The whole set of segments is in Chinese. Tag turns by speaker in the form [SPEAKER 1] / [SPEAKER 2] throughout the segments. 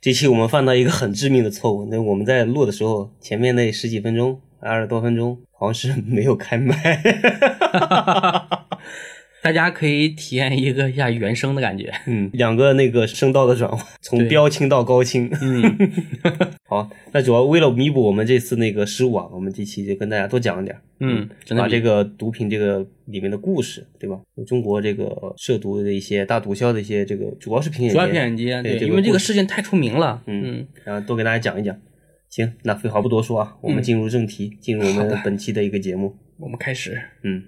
[SPEAKER 1] 这期我们犯到一个很致命的错误，那我们在录的时候，前面那十几分钟、二十多分钟，好像是 没有开麦。
[SPEAKER 2] 大家可以体验一个一下原声的感觉。
[SPEAKER 1] 嗯，两个那个声道的转换，从
[SPEAKER 2] 对
[SPEAKER 1] 标清到高清。
[SPEAKER 2] 嗯，
[SPEAKER 1] 好，那主要为了弥补我们这次那个失误啊，我们这期就跟大家多讲一点，
[SPEAKER 2] 嗯，真的
[SPEAKER 1] 把
[SPEAKER 2] 比
[SPEAKER 1] 这个毒品这个里面的故事，对吧？中国这个涉毒的一些大毒枭的一些这个，主要是平眼
[SPEAKER 2] 主要
[SPEAKER 1] 街，
[SPEAKER 2] 是眼睛，
[SPEAKER 1] 对
[SPEAKER 2] 对，
[SPEAKER 1] 这个
[SPEAKER 2] 因为这
[SPEAKER 1] 故
[SPEAKER 2] 个
[SPEAKER 1] 事
[SPEAKER 2] 事件太出名了。
[SPEAKER 1] 嗯
[SPEAKER 2] 嗯，
[SPEAKER 1] 然后多给大家讲一讲。行，那废话不多说啊，我们
[SPEAKER 2] 嗯
[SPEAKER 1] 进入正题，进入我们本期的一个节目。
[SPEAKER 2] 我们开始。
[SPEAKER 1] 嗯，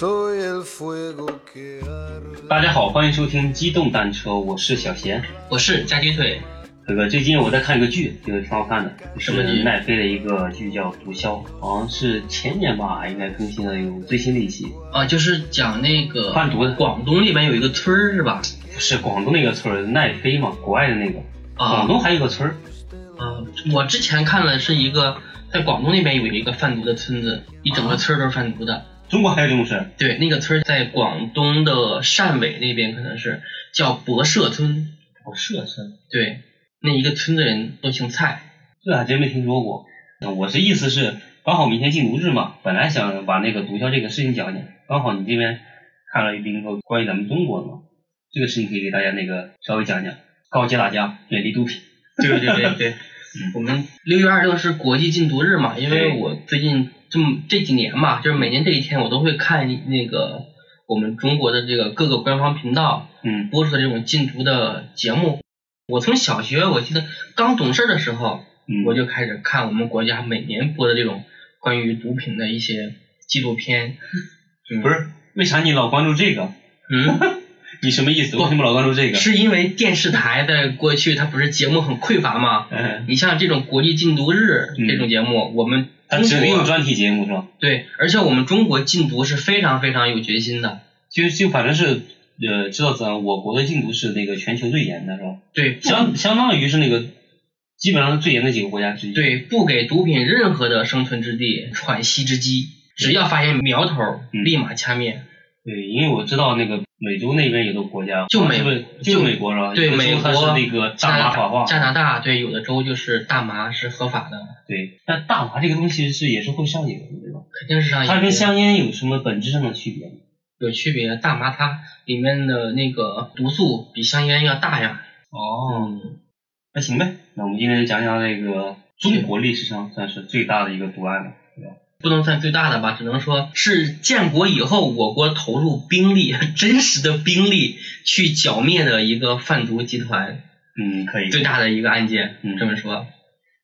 [SPEAKER 3] Soy el fuego que arde.
[SPEAKER 1] 大家好，欢迎收听机动单车，我是小贤。
[SPEAKER 2] 我是炸鸡腿，
[SPEAKER 1] 这个最近我在看一个剧，这个挺好看的，
[SPEAKER 2] 什么剧
[SPEAKER 1] 是奈飞的一个剧叫《毒枭》，好像是前年吧，应该更新了有最新的一期。
[SPEAKER 2] 啊，就是讲那个
[SPEAKER 1] 贩毒的
[SPEAKER 2] 广东那边有一个村儿是吧？
[SPEAKER 1] 是广东那个村儿，奈飞嘛，国外的那个。广东还有个村儿，
[SPEAKER 2] 啊，我之前看了是一个在广东那边有一个贩毒的村子，一整个村儿都是贩毒的。
[SPEAKER 1] 中国还有这种事儿。
[SPEAKER 2] 对，那个村儿在广东的汕尾那边，可能是叫博社村。
[SPEAKER 1] 我社村，
[SPEAKER 2] 对，那一个村子人都姓蔡。
[SPEAKER 1] 这还真没听说过。我是意思是，刚好明天禁毒日嘛，本来想把那个毒枭这个事情讲讲，刚好你这边看了一篇个关于咱们中国的嘛，这个事情可以给大家那个稍微讲讲，告诫大家远离毒品。
[SPEAKER 2] 对对对对，我们六月二十六是国际禁毒日嘛，因为
[SPEAKER 1] 嗯对
[SPEAKER 2] 我最近这么这几年嘛，就是每年这一天我都会看那个我们中国的这个各个官方频道
[SPEAKER 1] 嗯，
[SPEAKER 2] 播出的这种禁毒的节目。我从小学我记得刚懂事儿的时候，
[SPEAKER 1] 嗯
[SPEAKER 2] 我就开始看我们国家每年播的这种关于毒品的一些纪录片。嗯
[SPEAKER 1] 不是，为啥你老关注这个？
[SPEAKER 2] 嗯，
[SPEAKER 1] 你什么意思？
[SPEAKER 2] 不
[SPEAKER 1] 为什么老关注这个？
[SPEAKER 2] 是因为电视台在过去它不是节目很匮乏嘛？
[SPEAKER 1] 嗯，
[SPEAKER 2] 你像这种国际禁毒日
[SPEAKER 1] 嗯
[SPEAKER 2] 这种节目，我们
[SPEAKER 1] 它
[SPEAKER 2] 中
[SPEAKER 1] 指定有
[SPEAKER 2] 国啊
[SPEAKER 1] 专题节目是吧？
[SPEAKER 2] 对，而且我们中国禁毒是非常非常有决心的，
[SPEAKER 1] 就就反正是，呃，知道咱我国的禁毒是那个全球最严的是吧？
[SPEAKER 2] 对，不
[SPEAKER 1] 相相当于是那个基本上是最严的几个国家之一。，
[SPEAKER 2] 对不给毒品任何的生存之地、喘息之机，只要发现苗头，
[SPEAKER 1] 嗯
[SPEAKER 2] 立马掐灭。
[SPEAKER 1] 对，因为我知道那个美洲那边有个国家，
[SPEAKER 2] 就美
[SPEAKER 1] 是不是就
[SPEAKER 2] 就
[SPEAKER 1] 美国是吧？
[SPEAKER 2] 对，
[SPEAKER 1] 有的时
[SPEAKER 2] 美
[SPEAKER 1] 候它
[SPEAKER 2] 国、
[SPEAKER 1] 是那个大麻法化。
[SPEAKER 2] 加拿大对有的州就是大麻是合法的，
[SPEAKER 1] 对，但大麻这个东西是也是会上瘾的，对吧？
[SPEAKER 2] 肯定是让
[SPEAKER 1] 它跟香烟有什么本质上的区别吗？
[SPEAKER 2] 有区别。大麻它里面的那个毒素比香烟要大呀。
[SPEAKER 1] 哦，
[SPEAKER 2] 嗯，
[SPEAKER 1] 那行呗，那我们今天就讲讲那个中国历史上算是最大的一个毒案了，对吧？
[SPEAKER 2] 不能算最大的吧，只能说是建国以后我国投入兵力， 真实的兵力去剿灭的一个贩毒集团
[SPEAKER 1] 嗯，可以。
[SPEAKER 2] 最大的一个案件。
[SPEAKER 1] 嗯
[SPEAKER 2] 这么说，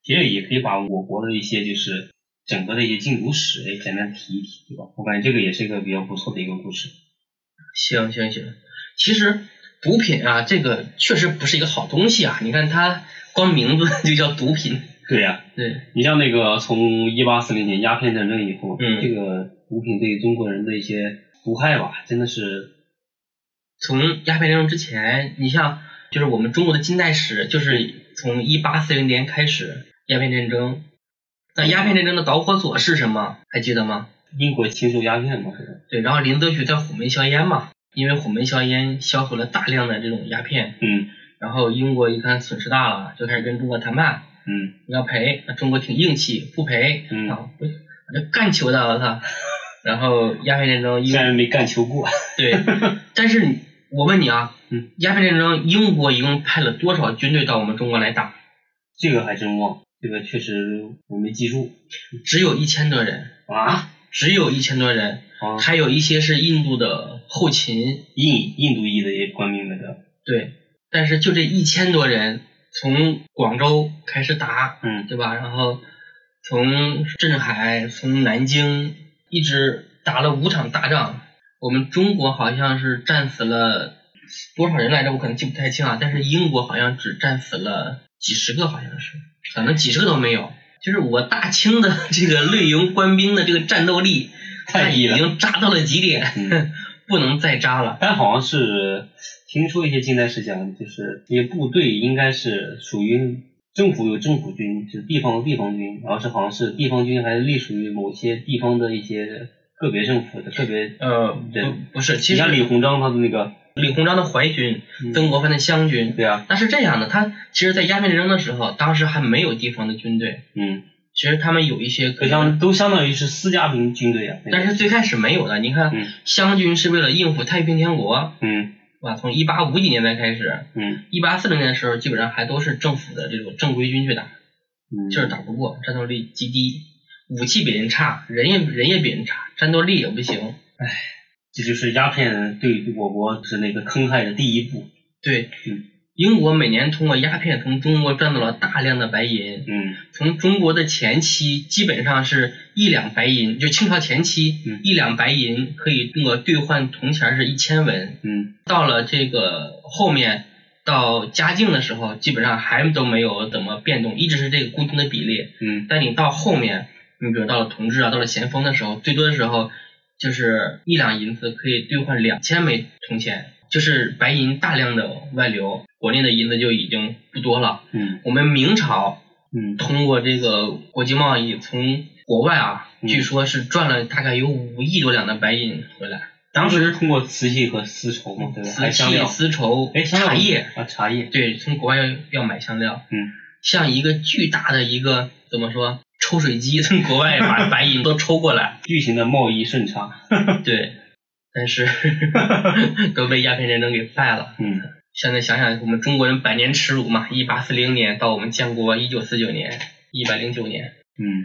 [SPEAKER 1] 其实也可以把我国的一些就是整个的一些禁毒史也简单提一提，对吧？我感觉这个也是一个比较不错的一个故事。
[SPEAKER 2] 行行行，其实毒品啊，这个确实不是一个好东西啊。你看它光名字就叫毒品，
[SPEAKER 1] 对啊呀、
[SPEAKER 2] 对
[SPEAKER 1] 你像那个从一八四零年鸦片战争以后，
[SPEAKER 2] 嗯
[SPEAKER 1] 这个毒品对中国人的一些毒害吧，真的是
[SPEAKER 2] 从鸦片战争之前，你像就是我们中国的近代史，就是从一八四零年开始鸦片战争。那鸦片战争的导火索是什么？还记得吗？
[SPEAKER 1] 英国亲授鸦片嘛，是吧？
[SPEAKER 2] 对，然后林则徐在虎门销烟嘛，因为虎门销烟销毁了大量的这种鸦片，
[SPEAKER 1] 嗯
[SPEAKER 2] 然后英国一看损失大了，就开始跟中国谈判，
[SPEAKER 1] 嗯，
[SPEAKER 2] 你要赔，那中国挺硬气，不赔，
[SPEAKER 1] 嗯
[SPEAKER 2] 啊，不那干球的，我操！然后鸦片战争
[SPEAKER 1] 虽
[SPEAKER 2] 英
[SPEAKER 1] 然没干球啊过，
[SPEAKER 2] 对，但是你我问你啊
[SPEAKER 1] 嗯，
[SPEAKER 2] 鸦片战争英国一共派了多少军队到我们中国来打？
[SPEAKER 1] 这个还真忘，这个确实我没记住
[SPEAKER 2] 只有一千多人，
[SPEAKER 1] 嗯啊。
[SPEAKER 2] 只有一千多人，
[SPEAKER 1] 啊，
[SPEAKER 2] 还有一些是印度的后勤，
[SPEAKER 1] 印印度裔的也官兵来着，
[SPEAKER 2] 对，但是就这一千多人，从广州开始打，
[SPEAKER 1] 嗯
[SPEAKER 2] 对吧？然后从镇海、从南京一直打了五场大仗，我们中国好像是战死了多少人来着，我可能记不太清啊。但是英国好像只战死了几十个，好像是，可能几十个都没有。就是我大清的这个绿营官兵的这个战斗力，
[SPEAKER 1] 太
[SPEAKER 2] 它
[SPEAKER 1] 低
[SPEAKER 2] 已
[SPEAKER 1] 了
[SPEAKER 2] 经扎到了极点，
[SPEAKER 1] 嗯
[SPEAKER 2] 不能再扎了。
[SPEAKER 1] 但好像是听说一些近代史讲，就是这些部队应该是属于政府有政府军，就是地方有地方军，然后是好像是地方军还隶属于某些地方的一些个别政府的个别。
[SPEAKER 2] 呃，
[SPEAKER 1] 对
[SPEAKER 2] 不不是，其
[SPEAKER 1] 你
[SPEAKER 2] 实
[SPEAKER 1] 像李鸿章他的那个，
[SPEAKER 2] 李鸿章的淮军
[SPEAKER 1] 嗯，
[SPEAKER 2] 曾国藩的湘军，
[SPEAKER 1] 对啊，
[SPEAKER 2] 那是这样的。他其实，在鸦片战争的时候，当时还没有地方的军队，
[SPEAKER 1] 嗯，
[SPEAKER 2] 其实他们有一些可
[SPEAKER 1] 就相都相当于是私家兵军队啊。那个
[SPEAKER 2] 但是最开始没有的。你看
[SPEAKER 1] 嗯，
[SPEAKER 2] 湘军是为了应付太平天国，
[SPEAKER 1] 嗯
[SPEAKER 2] 哇，从一八五几年代开始，
[SPEAKER 1] 嗯
[SPEAKER 2] 一八四零年的时候，基本上还都是政府的这种正规军去打，
[SPEAKER 1] 嗯，
[SPEAKER 2] 就是打不过，战斗力极低，武器比人差，人也人也比人差，战斗力也不行。
[SPEAKER 1] 这就是鸦片对我国是那个坑害的第一步。
[SPEAKER 2] 对，
[SPEAKER 1] 嗯
[SPEAKER 2] 英国每年通过鸦片从中国赚到了大量的白银，
[SPEAKER 1] 嗯
[SPEAKER 2] 从中国的前期基本上是一两白银，就清朝前期、
[SPEAKER 1] 嗯
[SPEAKER 2] 一两白银可以用个兑换铜钱儿是一千文，
[SPEAKER 1] 嗯
[SPEAKER 2] 到了这个后面到嘉靖的时候，基本上还都没有怎么变动，一直是这个固定的比例。
[SPEAKER 1] 嗯
[SPEAKER 2] 但你到后面，你比如到了同治啊，到了咸丰的时候，最多的时候就是一两银子可以兑换两千枚铜钱，就是白银大量的外流，国内的银子就已经不多了。
[SPEAKER 1] 嗯
[SPEAKER 2] 我们明朝
[SPEAKER 1] 嗯
[SPEAKER 2] 通过这个国际贸易从国外啊，
[SPEAKER 1] 嗯
[SPEAKER 2] 据说是赚了大概有五亿多两的白银回来。
[SPEAKER 1] 当时通过瓷器和丝绸嘛，对吧？还
[SPEAKER 2] 瓷
[SPEAKER 1] 有香
[SPEAKER 2] 器、
[SPEAKER 1] 料，
[SPEAKER 2] 丝绸、
[SPEAKER 1] 哎，香料
[SPEAKER 2] 茶叶，
[SPEAKER 1] 啊，茶叶，
[SPEAKER 2] 对，从国外要要买香料，
[SPEAKER 1] 嗯，
[SPEAKER 2] 像一个巨大的一个怎么说抽水机，从国外把白银都抽过来，
[SPEAKER 1] 巨型的贸易顺差。
[SPEAKER 2] 对，但是 都被鸦片战争给败了。
[SPEAKER 1] 嗯
[SPEAKER 2] 现在想想，我们中国人百年耻辱嘛，一八四零年到我们建国一九四九年，一百零九年，
[SPEAKER 1] 嗯，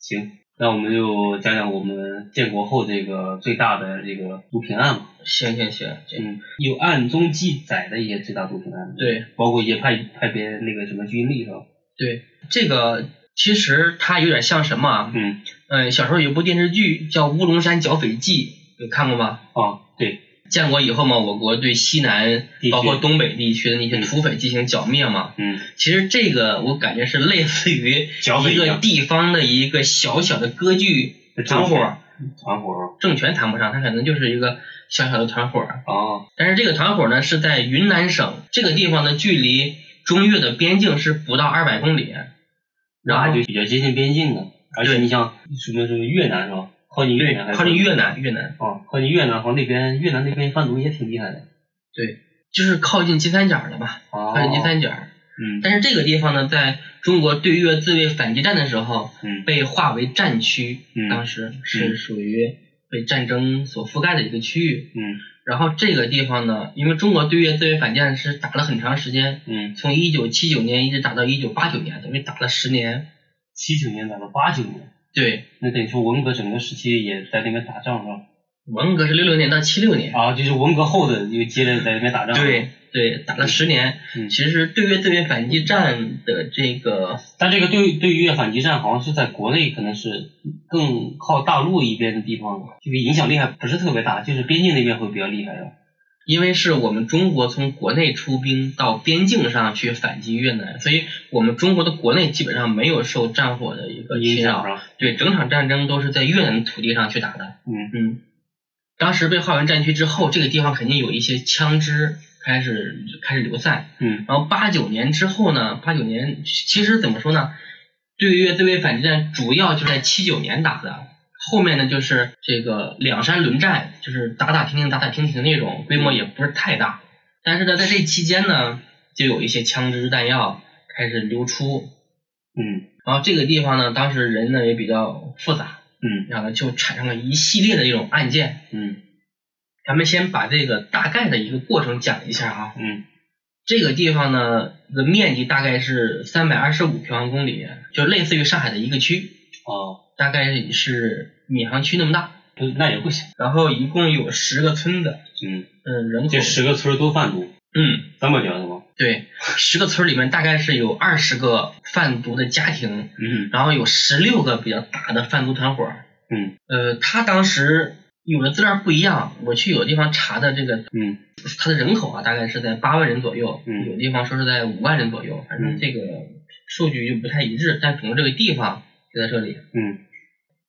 [SPEAKER 1] 行，那我们就讲讲我们建国后这个最大的这个毒品案吧。
[SPEAKER 2] 行行行，这
[SPEAKER 1] 嗯，有暗中记载的一些最大毒品案，，
[SPEAKER 2] 对
[SPEAKER 1] 包括一些派派别那个什么军力是吧？
[SPEAKER 2] 对，这个其实它有点像什么啊？
[SPEAKER 1] 嗯
[SPEAKER 2] 嗯，小时候有部电视剧叫《乌龙山剿匪记》，有看过吗？
[SPEAKER 1] 啊，对，
[SPEAKER 2] 建国以后嘛，我国对西南
[SPEAKER 1] 地区
[SPEAKER 2] 包括东北地区的那些
[SPEAKER 1] 嗯
[SPEAKER 2] 土匪进行剿灭嘛。
[SPEAKER 1] 嗯
[SPEAKER 2] 其实这个我感觉是类似于
[SPEAKER 1] 剿匪
[SPEAKER 2] 一
[SPEAKER 1] 一
[SPEAKER 2] 个
[SPEAKER 1] 样
[SPEAKER 2] 地方的一个小小的割据团伙儿，
[SPEAKER 1] 团伙儿
[SPEAKER 2] 政权谈不上，它可能就是一个小小的团伙儿。
[SPEAKER 1] 啊，
[SPEAKER 2] 但是这个团伙呢是在云南省这个地方的距离中越的边境是不到二百公里，然
[SPEAKER 1] 那
[SPEAKER 2] 后
[SPEAKER 1] 就比较接近边境的，而且
[SPEAKER 2] 对
[SPEAKER 1] 你像什么什么越南是吧？靠近越南还
[SPEAKER 2] 对
[SPEAKER 1] 是
[SPEAKER 2] 靠近越南，越南
[SPEAKER 1] 啊，靠近越南，好像那边越南那边贩毒也挺厉害的。
[SPEAKER 2] 就是靠近金三角了吧？
[SPEAKER 1] 哦
[SPEAKER 2] 靠近金三角。
[SPEAKER 1] 嗯
[SPEAKER 2] 但是这个地方呢，在中国对越自卫反击战的时候，
[SPEAKER 1] 嗯
[SPEAKER 2] 被划为战区，
[SPEAKER 1] 嗯
[SPEAKER 2] 当时是
[SPEAKER 1] 嗯
[SPEAKER 2] 属于被战争所覆盖的一个区域。
[SPEAKER 1] 嗯
[SPEAKER 2] 然后这个地方呢，因为中国对越自卫反击战是打了很长时间，
[SPEAKER 1] 嗯，
[SPEAKER 2] 从一九七九年一直打到一九八九年，等于打了十年。
[SPEAKER 1] 七九年打到八九年，
[SPEAKER 2] 对，
[SPEAKER 1] 那等于说文革整个时期也在那边打仗是吧？
[SPEAKER 2] 文革是六六年到七六年，
[SPEAKER 1] 啊，就是文革后的又接着在那边打仗。
[SPEAKER 2] 对，对，打了十年。
[SPEAKER 1] 嗯，
[SPEAKER 2] 其实对越自卫反击战的这个，
[SPEAKER 1] 但这个对对越反击战好像是在国内可能是更靠大陆一边的地方，这个影响力还不是特别大，就是边境那边会比较厉害啊的。
[SPEAKER 2] 因为是我们中国从国内出兵到边境上去反击越南，所以我们中国的国内基本上没有受战火的一个
[SPEAKER 1] 影
[SPEAKER 2] 侵扰
[SPEAKER 1] 响。是啊吧？
[SPEAKER 2] 对，整场战争都是在越南土地上去打的。
[SPEAKER 1] 嗯
[SPEAKER 2] 嗯，当时被划完战区之后，这个地方肯定有一些枪支开始开始流散。
[SPEAKER 1] 嗯
[SPEAKER 2] 然后八九年之后呢，八九年其实怎么说呢？对越自卫反击战主要就在七九年打的，后面呢就是这个两山轮战，就是打打停停打打停停那种，规模也不是太大。但是呢，在这期间呢，就有一些枪支弹药开始流出，
[SPEAKER 1] 嗯
[SPEAKER 2] 然后这个地方呢，当时人呢也比较复杂，
[SPEAKER 1] 嗯
[SPEAKER 2] 然后就产生了一系列的这种案件。
[SPEAKER 1] 嗯
[SPEAKER 2] 咱们先把这个大概的一个过程讲一下啊。
[SPEAKER 1] 嗯
[SPEAKER 2] 这个地方呢，的面积大概是三百二十五平方公里，就类似于上海的一个区，
[SPEAKER 1] 哦，
[SPEAKER 2] 大概是闵行区那么大。
[SPEAKER 1] 就是那也不行。
[SPEAKER 2] 然后一共有十个村子，
[SPEAKER 1] 嗯，
[SPEAKER 2] 嗯，人口
[SPEAKER 1] 这，十个村儿都贩毒，
[SPEAKER 2] 嗯，
[SPEAKER 1] 这么聊的吗？
[SPEAKER 2] 对，十个村里面大概是有二十个贩毒的家庭，
[SPEAKER 1] 嗯
[SPEAKER 2] 然后有十六个比较大的贩毒团伙。
[SPEAKER 1] 嗯
[SPEAKER 2] 呃，他当时有的资料不一样，我去有的地方查的这个
[SPEAKER 1] 嗯
[SPEAKER 2] 它的人口啊，大概是在八万人左右，
[SPEAKER 1] 嗯
[SPEAKER 2] 有的地方说是在五万人左右，反正
[SPEAKER 1] 嗯
[SPEAKER 2] 这个数据就不太一致，但可能这个地方就在这里。
[SPEAKER 1] 嗯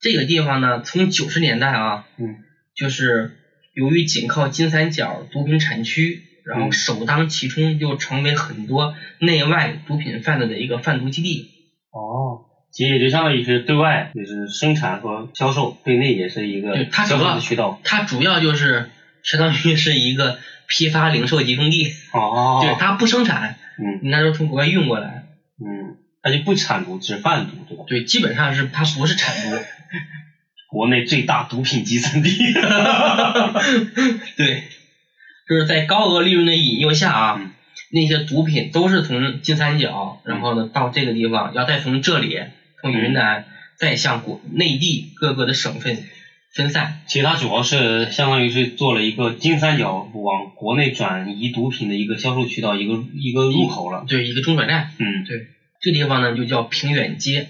[SPEAKER 2] 这个地方呢，从九十年代啊，
[SPEAKER 1] 嗯
[SPEAKER 2] 就是由于紧靠金三角毒品产区，然后
[SPEAKER 1] 嗯
[SPEAKER 2] 首当其冲就成为很多内外毒品贩子的一个贩毒基地。
[SPEAKER 1] 哦，其实也就相当于是对外就是生产和销售，对内也是一个
[SPEAKER 2] 对它主
[SPEAKER 1] 销售
[SPEAKER 2] 要
[SPEAKER 1] 的渠道。
[SPEAKER 2] 它主要就是相当于是一个批发零售集中地，
[SPEAKER 1] 哦，
[SPEAKER 2] 就是它不生产，
[SPEAKER 1] 嗯
[SPEAKER 2] 那都从国外运过来。
[SPEAKER 1] 嗯，它就不产毒，只贩毒，对吧？
[SPEAKER 2] 对，基本上是它不是产毒。
[SPEAKER 1] 国内最大毒品集散地。
[SPEAKER 2] 对，就是在高额利润的引诱下啊，
[SPEAKER 1] 嗯
[SPEAKER 2] 那些毒品都是从金三角，然后呢到这个地方，要再从这里从云南、再向国内地各个的省份分散。
[SPEAKER 1] 其实它主要是相当于是做了一个金三角往国内转移毒品的一个销售渠道，一个一个入口了。
[SPEAKER 2] 对，一个中转站，
[SPEAKER 1] 嗯，
[SPEAKER 2] 这地方呢就叫平远街，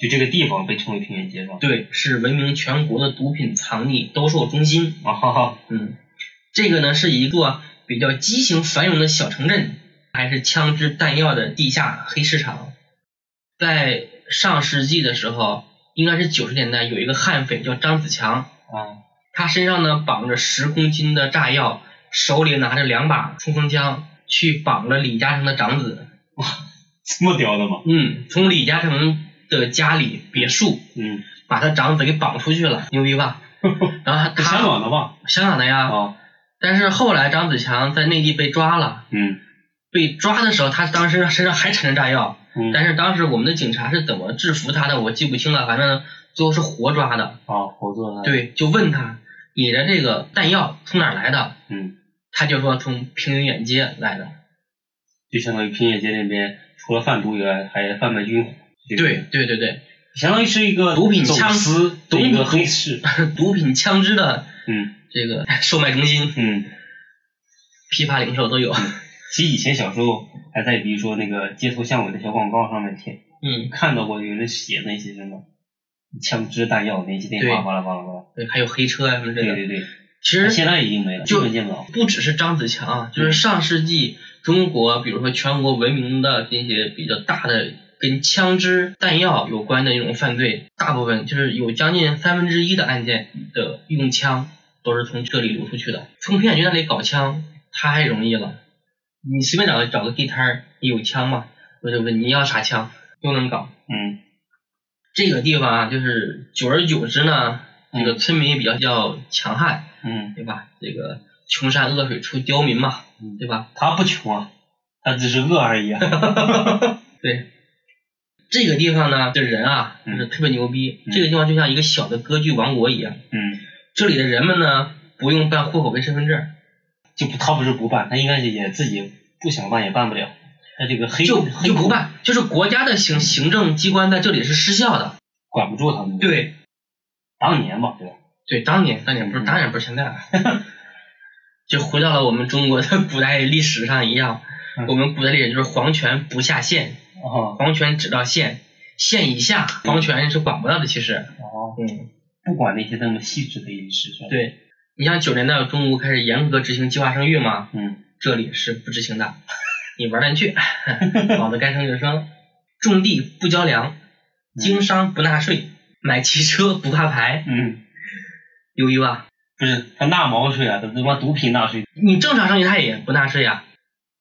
[SPEAKER 1] 就这个地方被称为平原街是吧？
[SPEAKER 2] 对，是闻名全国的毒品藏匿兜售中心。
[SPEAKER 1] 啊哈哈，
[SPEAKER 2] 嗯，这个呢是一座比较畸形繁荣的小城镇，还是枪支弹药的地下黑市场。在上世纪的时候，应该是九十年代，有一个悍匪叫张子强，
[SPEAKER 1] 啊，
[SPEAKER 2] 他身上呢绑着十公斤的炸药，手里拿着两把冲锋枪，去绑了李嘉诚的长子。
[SPEAKER 1] 这么屌的吗？
[SPEAKER 2] 嗯，从李嘉诚的家里别墅
[SPEAKER 1] 嗯，
[SPEAKER 2] 把他长子给绑出去了，牛逼吧？然后他
[SPEAKER 1] 香港的吧？
[SPEAKER 2] 香港的呀，
[SPEAKER 1] 啊，
[SPEAKER 2] 但是后来张子强在内地被抓了。
[SPEAKER 1] 嗯
[SPEAKER 2] 被抓的时候，他当时身上还缠着炸药，
[SPEAKER 1] 嗯，
[SPEAKER 2] 但是当时我们的警察是怎么制服他的，我记不清了，反正最后是活抓的。
[SPEAKER 1] 啊，合作的，，
[SPEAKER 2] 对，就问他你的这个弹药从哪儿来的，
[SPEAKER 1] 嗯，
[SPEAKER 2] 他就说从平原远街来的。
[SPEAKER 1] 就相当于平野街那边除了贩毒以外，还贩卖军火。这个
[SPEAKER 2] 对，对对 对，
[SPEAKER 1] 相当于是一个
[SPEAKER 2] 毒品
[SPEAKER 1] 走
[SPEAKER 2] 枪
[SPEAKER 1] 私的一个黑市。
[SPEAKER 2] 毒品、枪支的
[SPEAKER 1] 嗯
[SPEAKER 2] 这个 售卖中心、
[SPEAKER 1] 嗯，
[SPEAKER 2] 批发零售都有。
[SPEAKER 1] 其实以前小时候还在比如说那个街头巷尾的小广告上面贴
[SPEAKER 2] 嗯，
[SPEAKER 1] 看到过有人写那些什么枪支弹药那些电话，
[SPEAKER 2] 对
[SPEAKER 1] 巴拉巴拉巴拉。
[SPEAKER 2] 对，还有黑车啊什么之
[SPEAKER 1] 对
[SPEAKER 2] 类
[SPEAKER 1] 对
[SPEAKER 2] 的。
[SPEAKER 1] 对，
[SPEAKER 2] 其
[SPEAKER 1] 但
[SPEAKER 2] 实
[SPEAKER 1] 现在已经没了，基
[SPEAKER 2] 就
[SPEAKER 1] 本嗯见不着。
[SPEAKER 2] 不只是张子强啊，就是上世纪中国，比如说全国闻名的这些比较大的跟枪支弹药有关的那种犯罪，大部分就是有将近三分之一的案件的用枪都是从这里流出去的。从偏远区那里搞枪太容易了，你随便找个找个地摊儿，你有枪吗？我就问你要啥枪都能搞。
[SPEAKER 1] 嗯
[SPEAKER 2] 这个地方啊，就是久而久之呢，
[SPEAKER 1] 嗯
[SPEAKER 2] 这个村民也比较比较强悍，
[SPEAKER 1] 嗯，
[SPEAKER 2] 对吧？这个穷山恶水出刁民嘛，
[SPEAKER 1] 嗯
[SPEAKER 2] 对吧？
[SPEAKER 1] 他不穷啊，他只是饿而 已啊。
[SPEAKER 2] 对，这个地方呢，的人啊，就
[SPEAKER 1] 嗯
[SPEAKER 2] 是特别牛逼。
[SPEAKER 1] 嗯
[SPEAKER 2] 这个地方就像一个小的割据王国一样。
[SPEAKER 1] 嗯，
[SPEAKER 2] 这里的人们呢，不用办户口跟身份证，
[SPEAKER 1] 就不他不是不办，他应该是也自己不想办也办不了。他这个黑
[SPEAKER 2] 就
[SPEAKER 1] 黑
[SPEAKER 2] 就不
[SPEAKER 1] 户
[SPEAKER 2] 办，就是国家的行行政机关在这里是失效的。
[SPEAKER 1] 管不住他们。，
[SPEAKER 2] 对
[SPEAKER 1] 当年吧，对吧？
[SPEAKER 2] 对，当年当年不
[SPEAKER 1] 嗯
[SPEAKER 2] 是当然不是现在了， 就回到了我们中国的古代历史上一样
[SPEAKER 1] 嗯。
[SPEAKER 2] 我们古代历史就是皇权不下县，
[SPEAKER 1] 哦
[SPEAKER 2] 皇权只到县，县以下皇权是管不到的。其实，
[SPEAKER 1] 哦，
[SPEAKER 2] 嗯，
[SPEAKER 1] 不管那些那么细致的仪式是吧？，
[SPEAKER 2] 对，你像九十年代中国开始严格执行计划生育嘛，
[SPEAKER 1] 嗯
[SPEAKER 2] 这里是不执行的， 你玩蛋去， 老子该生就生，种地不交粮，经商不纳税，买汽车不怕牌，
[SPEAKER 1] 嗯，
[SPEAKER 2] 牛逼吧？
[SPEAKER 1] 不是他纳毛税啊，他他妈毒品纳税，
[SPEAKER 2] 你正常生意他也不纳税啊，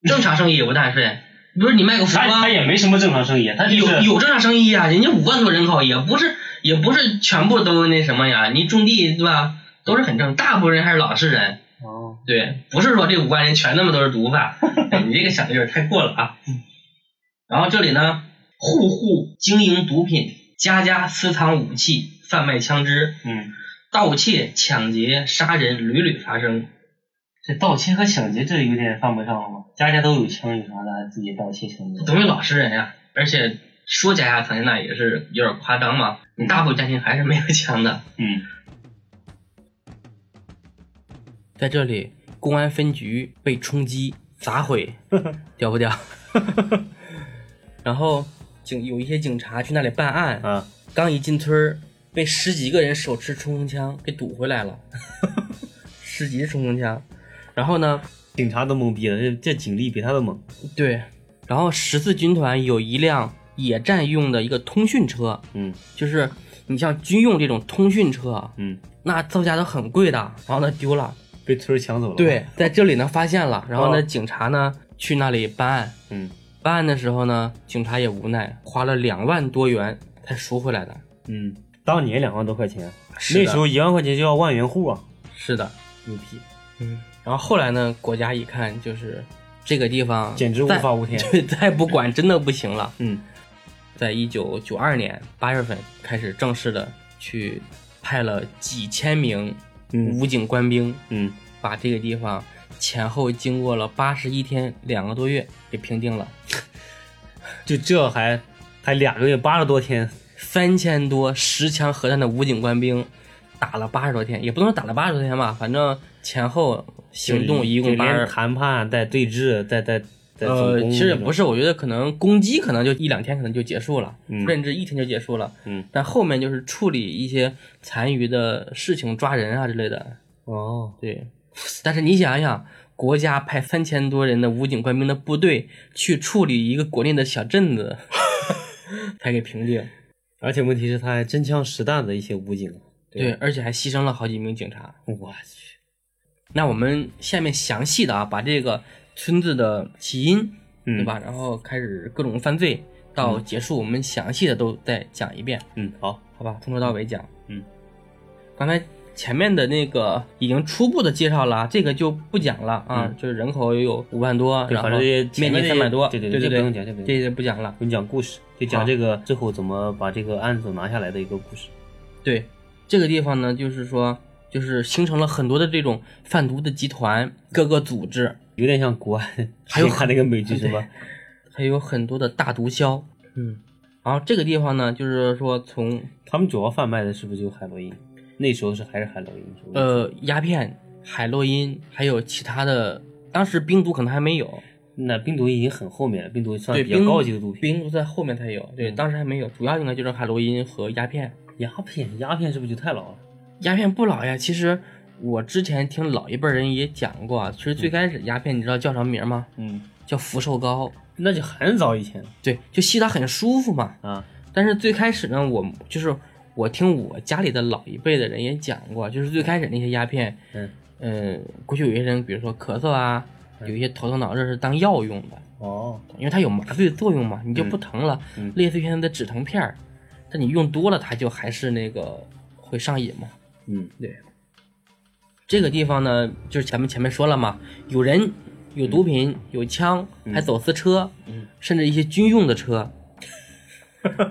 [SPEAKER 2] 正常生意也不纳税，比如你卖个服
[SPEAKER 1] 他他
[SPEAKER 2] 装，
[SPEAKER 1] 也没什么正常生意啊，他就
[SPEAKER 2] 有
[SPEAKER 1] 是
[SPEAKER 2] 有正常生意啊，人家五万多人口也不是也不是全部都那什么呀，你种地对吧？都是很正，大部分人还是老实人。
[SPEAKER 1] 哦，
[SPEAKER 2] 对，不是说这五万人全他妈都是毒贩，哎你这个想的有点太过了啊。然后这里呢，户户经营毒品，家家私藏武器，贩卖枪支，
[SPEAKER 1] 嗯，
[SPEAKER 2] 盗窃、抢劫、杀人屡屡发生。
[SPEAKER 1] 这盗窃和抢劫这有点犯不上了嘛，家家都有枪有啥的，还自己盗窃抢劫，
[SPEAKER 2] 等于老实人呀、而且说家家藏枪那也是有点夸张嘛，你大部分家庭还是没有枪的。
[SPEAKER 1] 嗯
[SPEAKER 2] 在这里，公安分局被冲击砸 毁，屌不屌？然后警有一些警察去那里办案，
[SPEAKER 4] 啊
[SPEAKER 2] 刚一进村儿，被十几个人手持冲锋枪给堵回来了，十几支冲锋枪。然后呢，
[SPEAKER 1] 警察都懵逼了，这这警力比他都猛。
[SPEAKER 2] 对，然后十四军团有一辆野战用的一个通讯车，
[SPEAKER 1] 嗯
[SPEAKER 2] 就是你像军用这种通讯车，
[SPEAKER 1] 嗯，
[SPEAKER 2] 那造价都很贵的，然后呢丢了。
[SPEAKER 1] 被村儿抢走了。
[SPEAKER 2] 对，，在这里呢发现了，然后呢
[SPEAKER 1] 哦
[SPEAKER 2] 警察呢去那里办案，
[SPEAKER 1] 嗯
[SPEAKER 2] 办案的时候呢警察也无奈，花了两万多元才赎回来的。
[SPEAKER 1] 嗯，当年两万多块钱，
[SPEAKER 2] 是的
[SPEAKER 1] 那时候一万块钱就要万元户啊，
[SPEAKER 2] 是的，
[SPEAKER 1] 牛逼，
[SPEAKER 2] 嗯，然后后来呢，国家一看就是这个地方
[SPEAKER 1] 简直无
[SPEAKER 2] 再
[SPEAKER 1] 法无天
[SPEAKER 2] 对，再不管真的不行了。
[SPEAKER 1] 嗯，
[SPEAKER 2] 在一九九二年八月份开始正式的去派了几千名
[SPEAKER 1] 嗯
[SPEAKER 2] 武警官兵，
[SPEAKER 1] 嗯，
[SPEAKER 2] 把这个地方前后经过了八十一天两个多月给平定了，
[SPEAKER 1] 就这还还俩个月八十多天，
[SPEAKER 2] 三千多十枪核弹的武警官兵。打了八十多天，也不能说打了八十多天吧，反正前后行动一
[SPEAKER 1] 就
[SPEAKER 2] 共八
[SPEAKER 1] 连
[SPEAKER 2] 十，
[SPEAKER 1] 谈判带对峙带带带
[SPEAKER 2] 呃，其实也不
[SPEAKER 1] 是，
[SPEAKER 2] 是，我觉得可能攻击可能就一两天，可能就结束了，
[SPEAKER 1] 嗯
[SPEAKER 2] 甚至一天就结束了。
[SPEAKER 1] 嗯，
[SPEAKER 2] 但后面就是处理一些残余的事情，抓人啊之类的。
[SPEAKER 1] 哦，
[SPEAKER 2] 对，但是你想想，国家派三千多人的武警官兵的部队去处理一个国内的小镇子， 才给平定。
[SPEAKER 1] 而且问题是他还真枪实弹的一些武警，
[SPEAKER 2] 对，而且还牺牲了好几名警察。
[SPEAKER 1] 我去，
[SPEAKER 2] 那我们下面详细的啊，把这个村子的起因，
[SPEAKER 1] 嗯
[SPEAKER 2] 对吧？然后开始各种犯罪到结束，我们详细的都再讲一遍，
[SPEAKER 1] 嗯，好，
[SPEAKER 2] 好吧？从头到尾讲。
[SPEAKER 1] 嗯，
[SPEAKER 2] 刚才前面的那个已经初步的介绍了啊，这个就不讲了啊。
[SPEAKER 1] 嗯
[SPEAKER 2] 就是人口有五万多，
[SPEAKER 1] 对
[SPEAKER 2] 然后
[SPEAKER 1] 反正这前
[SPEAKER 2] 面
[SPEAKER 1] 面
[SPEAKER 2] 积
[SPEAKER 1] 这
[SPEAKER 2] 三百多，
[SPEAKER 1] 对
[SPEAKER 2] 对
[SPEAKER 1] 对这
[SPEAKER 2] 对对，
[SPEAKER 1] 不用讲这不用
[SPEAKER 2] 这些不讲了。
[SPEAKER 1] 我们讲故事，就
[SPEAKER 2] 好
[SPEAKER 1] 讲这个最后怎么把这个案子拿下来的一个故事，
[SPEAKER 2] 对，这个地方呢，就是说。就是形成了很多的这种贩毒的集团，各个组织，
[SPEAKER 1] 有点像国安，
[SPEAKER 2] 还有
[SPEAKER 1] 看那个美剧是吧？
[SPEAKER 2] 还有很多的大毒枭。
[SPEAKER 1] 嗯，
[SPEAKER 2] 然后这个地方呢，就是说从
[SPEAKER 1] 他们主要贩卖的是不是就海洛因？那时候是还是海洛因？是不是，
[SPEAKER 2] 呃鸦片、海洛因，还有其他的，当时冰毒可能还没有，
[SPEAKER 1] 那冰毒已经很后面了，冰毒算
[SPEAKER 2] 对，
[SPEAKER 1] 比较
[SPEAKER 2] 冰
[SPEAKER 1] 高级的毒品。
[SPEAKER 2] 冰毒在后面才有，对，当时还没有，主要用的就是海洛因和鸦片。
[SPEAKER 1] 鸦片，鸦片是不是就太老了？
[SPEAKER 2] 鸦片不老呀，其实我之前听老一辈人也讲过啊，其实最开始鸦片你知道叫什么名吗？
[SPEAKER 1] 嗯，
[SPEAKER 2] 叫福寿膏，
[SPEAKER 1] 那就很早以前了
[SPEAKER 2] 对，就吸它很舒服嘛。
[SPEAKER 1] 啊。
[SPEAKER 2] 但是最开始呢，我就是我听我家里的老一辈的人也讲过，就是最开始那些鸦片，
[SPEAKER 1] 嗯，
[SPEAKER 2] 呃，过去有些人，比如说咳嗽啊，有一些头疼脑热是当药用的，
[SPEAKER 1] 哦，
[SPEAKER 2] 因为它有麻醉作用嘛，你就不疼了，
[SPEAKER 1] 嗯
[SPEAKER 2] 类似于现在的止疼片儿，但你用多了，它就还是那个会上瘾嘛。
[SPEAKER 1] 嗯，
[SPEAKER 2] 这个地方呢，就是咱们前面说了嘛，有人、有毒品、
[SPEAKER 1] 嗯
[SPEAKER 2] 有枪，还走私车，甚至一些军用 的车，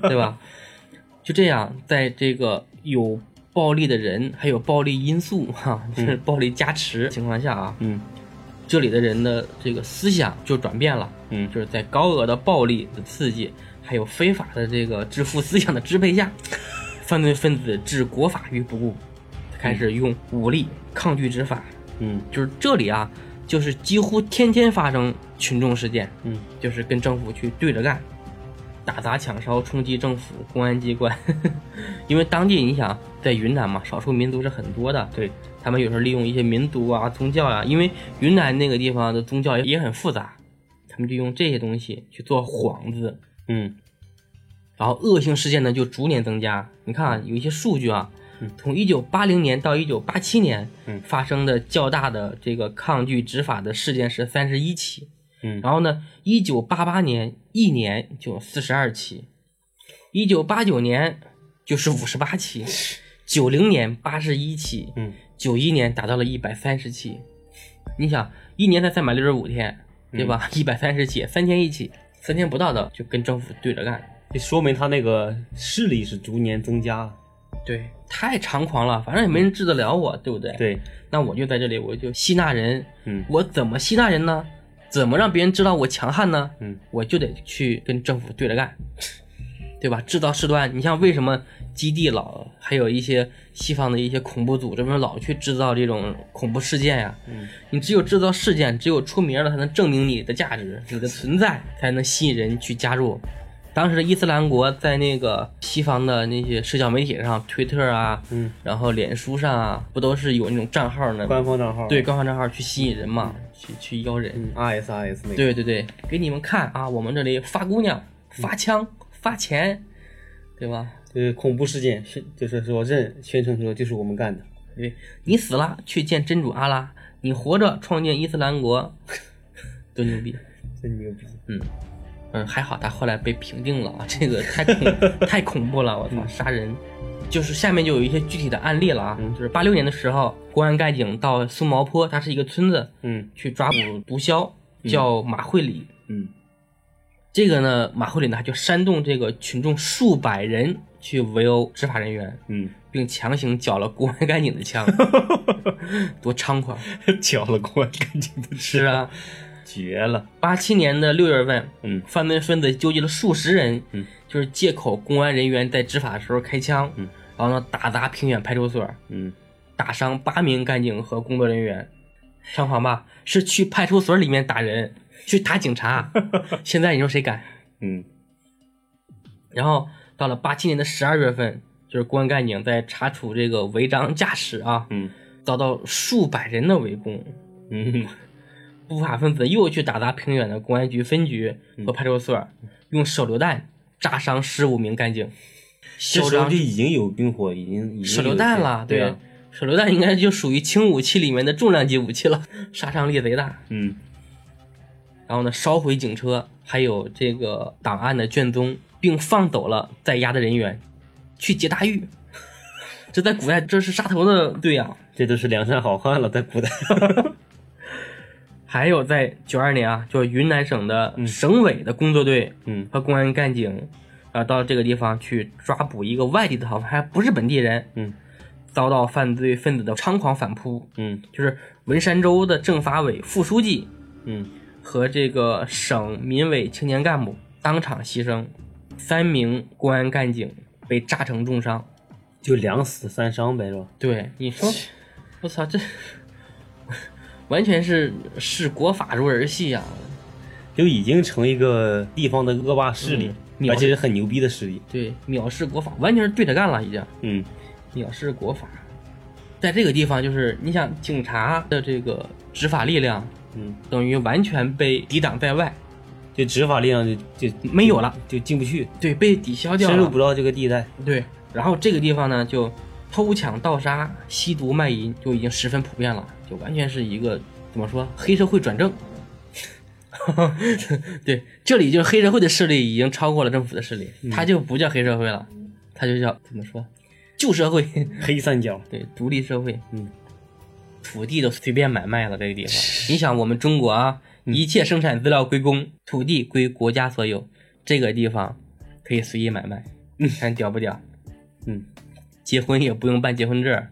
[SPEAKER 2] 对吧？就这样，在这个有暴力的人，还有暴力因素哈、就是暴力加持情况下啊，
[SPEAKER 1] 嗯，
[SPEAKER 2] 这里的人的这个思想就转变了，
[SPEAKER 1] 嗯
[SPEAKER 2] 就是在高额的暴力的刺激，还有非法的这个致富思想的支配下，犯罪分子置国法于不顾，开始用武力抗拒执法。
[SPEAKER 1] 嗯，
[SPEAKER 2] 就是这里啊，就是几乎天天发生群众事件，
[SPEAKER 1] 嗯，
[SPEAKER 2] 就是跟政府去对着干，打砸抢烧，冲击政府、公安机关， 因为当地你想在云南嘛，少数民族是很多的，
[SPEAKER 1] 对，
[SPEAKER 2] 他们有时候利用一些民族啊、宗教啊，因为云南那个地方的宗教也也很复杂，他们就用这些东西去做幌子，
[SPEAKER 1] 嗯，
[SPEAKER 2] 然后恶性事件呢就逐年增加。你看、啊、有一些数据啊，从一九八零年到一九八七年，
[SPEAKER 1] 嗯
[SPEAKER 2] 发生的较大的这个抗拒执法的事件是三十一起，
[SPEAKER 1] 嗯
[SPEAKER 2] 然后呢，一九八八年一年就四十二起，一九八九年就是五十八起，九零年八十一起，
[SPEAKER 1] 嗯，
[SPEAKER 2] 九一年达到了一百三十起。你想，一年才三百六十五天，对吧？一百三十起，三天一起，三天不到的就跟政府对着干。
[SPEAKER 1] 就说明他那个势力是逐年增加。
[SPEAKER 2] 对，太猖狂了，反正也没人治得了我，对不对？，
[SPEAKER 1] 对，
[SPEAKER 2] 那我就在这里，我就吸纳人。
[SPEAKER 1] 嗯
[SPEAKER 2] 我怎么吸纳人呢？怎么让别人知道我强悍呢？
[SPEAKER 1] 嗯，
[SPEAKER 2] 我就得去跟政府对着干，对吧？制造事端。你像为什么基地老还有一些西方的一些恐怖组织们老去制造这种恐怖事件呀、
[SPEAKER 1] 嗯，
[SPEAKER 2] 你只有制造事件，只有出名了，才能证明你的价值，你的存在才能吸引人去加入。当时的伊斯兰国在那个西方的那些社交媒体上，推特啊，
[SPEAKER 1] 嗯，
[SPEAKER 2] 然后脸书上啊，不都是有那种账号呢？
[SPEAKER 1] 官方账号
[SPEAKER 2] 对官方账号去吸引人嘛，去去邀人。
[SPEAKER 1] 嗯，RSRS 那个
[SPEAKER 2] 对对对，给你们看啊，我们这里发姑娘、发枪、发钱，对吧？
[SPEAKER 1] 就是恐怖事件，宣就是说认宣称说就是我们干的，
[SPEAKER 2] 对你死了去见真主阿拉，你活着创建伊斯兰国，多牛逼！
[SPEAKER 1] 真牛逼！
[SPEAKER 2] 嗯，还好他后来被平定了啊，这个太恐太恐怖了，我操，杀人！就是下面就有一些具体的案例了啊，就是八六年的时候，公安干警到苏毛坡，它是一个村子，
[SPEAKER 1] 嗯
[SPEAKER 2] 去抓捕毒枭，叫马会里。
[SPEAKER 1] 嗯
[SPEAKER 2] 这个呢，马会里呢就煽动这个群众数百人去围殴执法人员，
[SPEAKER 1] 嗯，
[SPEAKER 2] 并强行缴了公安干警的 枪，多猖狂！
[SPEAKER 1] 缴了官赶紧不吃
[SPEAKER 2] 是啊，
[SPEAKER 1] 绝了！
[SPEAKER 2] 八七年的六月份，
[SPEAKER 1] 嗯
[SPEAKER 2] 犯罪分子纠集了数十人，
[SPEAKER 1] 嗯，
[SPEAKER 2] 就是借口公安人员在执法的时候开枪，
[SPEAKER 1] 嗯，
[SPEAKER 2] 然后呢打砸平远派出所，
[SPEAKER 1] 嗯，
[SPEAKER 2] 打伤八名干警和工作人员，猖狂吧？是去派出所里面打人，去打 警察，现在你说谁敢？
[SPEAKER 1] 嗯
[SPEAKER 2] 然后到了八七年的十二月份，就是公安干警在查处这个违章驾驶啊，
[SPEAKER 1] 嗯
[SPEAKER 2] 遭到数百人的围攻，
[SPEAKER 1] 嗯
[SPEAKER 2] 不法分子又去打砸平远的公安局分局和派出所，
[SPEAKER 1] 嗯
[SPEAKER 2] 用手榴弹炸伤十五名干警。
[SPEAKER 1] 这
[SPEAKER 2] 嚣
[SPEAKER 1] 时候
[SPEAKER 2] 张
[SPEAKER 1] 就已经有冰火，已经已经
[SPEAKER 2] 手榴弹
[SPEAKER 1] 有
[SPEAKER 2] 了，
[SPEAKER 1] 对
[SPEAKER 2] 对
[SPEAKER 1] 啊，，
[SPEAKER 2] 手榴弹应该就属于轻武器里面的重量级武器了，杀伤力贼大。
[SPEAKER 1] 嗯
[SPEAKER 2] 然后呢，烧毁警车，还有这个档案的卷宗，并放走了在押的人员，去劫大狱。 这在古代这是杀头的啊对呀、
[SPEAKER 1] 这都是梁山好汉了，在 古代。
[SPEAKER 2] 还有在九二年啊，就是云南省的省委的工作队
[SPEAKER 1] 嗯
[SPEAKER 2] 和公安干警，啊、到这个地方去抓捕一个外地的逃犯，还不是本地人，
[SPEAKER 1] 嗯，
[SPEAKER 2] 遭到犯罪分子的猖狂反扑，
[SPEAKER 1] 嗯
[SPEAKER 2] 就是文山州的政法委副书记
[SPEAKER 1] 嗯
[SPEAKER 2] 和这个省民委青年干部当场牺牲，三名公安干警被炸成重伤。
[SPEAKER 1] 就两死三伤呗，是吧？
[SPEAKER 2] 对，你说，我操，这完全是视国法如儿戏啊！
[SPEAKER 1] 就已经成一个地方的恶霸势力
[SPEAKER 2] 嗯，秒
[SPEAKER 1] 而且是很牛逼的势力。
[SPEAKER 2] 对，藐视国法，完全是对着干了，已经
[SPEAKER 1] 嗯
[SPEAKER 2] 藐视国法。在这个地方，就是你想，警察的这个执法力量
[SPEAKER 1] 嗯，
[SPEAKER 2] 等于完全被抵挡在外，
[SPEAKER 1] 就执法力量就就
[SPEAKER 2] 没有了，
[SPEAKER 1] 就进不去，
[SPEAKER 2] 对，被抵消掉了，
[SPEAKER 1] 深入不到这个地带。
[SPEAKER 2] 对，然后这个地方呢，就偷抢、盗杀、吸毒、卖淫就已经十分普遍了，就完全是一个怎么说黑社会转正。 对，这里就是黑社会的势力已经超过了政府的势力，它就不叫黑社会了，它就叫怎么说旧社会，
[SPEAKER 1] 黑三角，
[SPEAKER 2] 对，独立社会。
[SPEAKER 1] 嗯，
[SPEAKER 2] 土地都随便买卖了，这个 地方。你想，我们中国啊，一切生产资料归公，土地归国家所有，这个地方可以随意买卖，你 看屌不屌？
[SPEAKER 1] 嗯，
[SPEAKER 2] 结婚也不用办结婚证儿，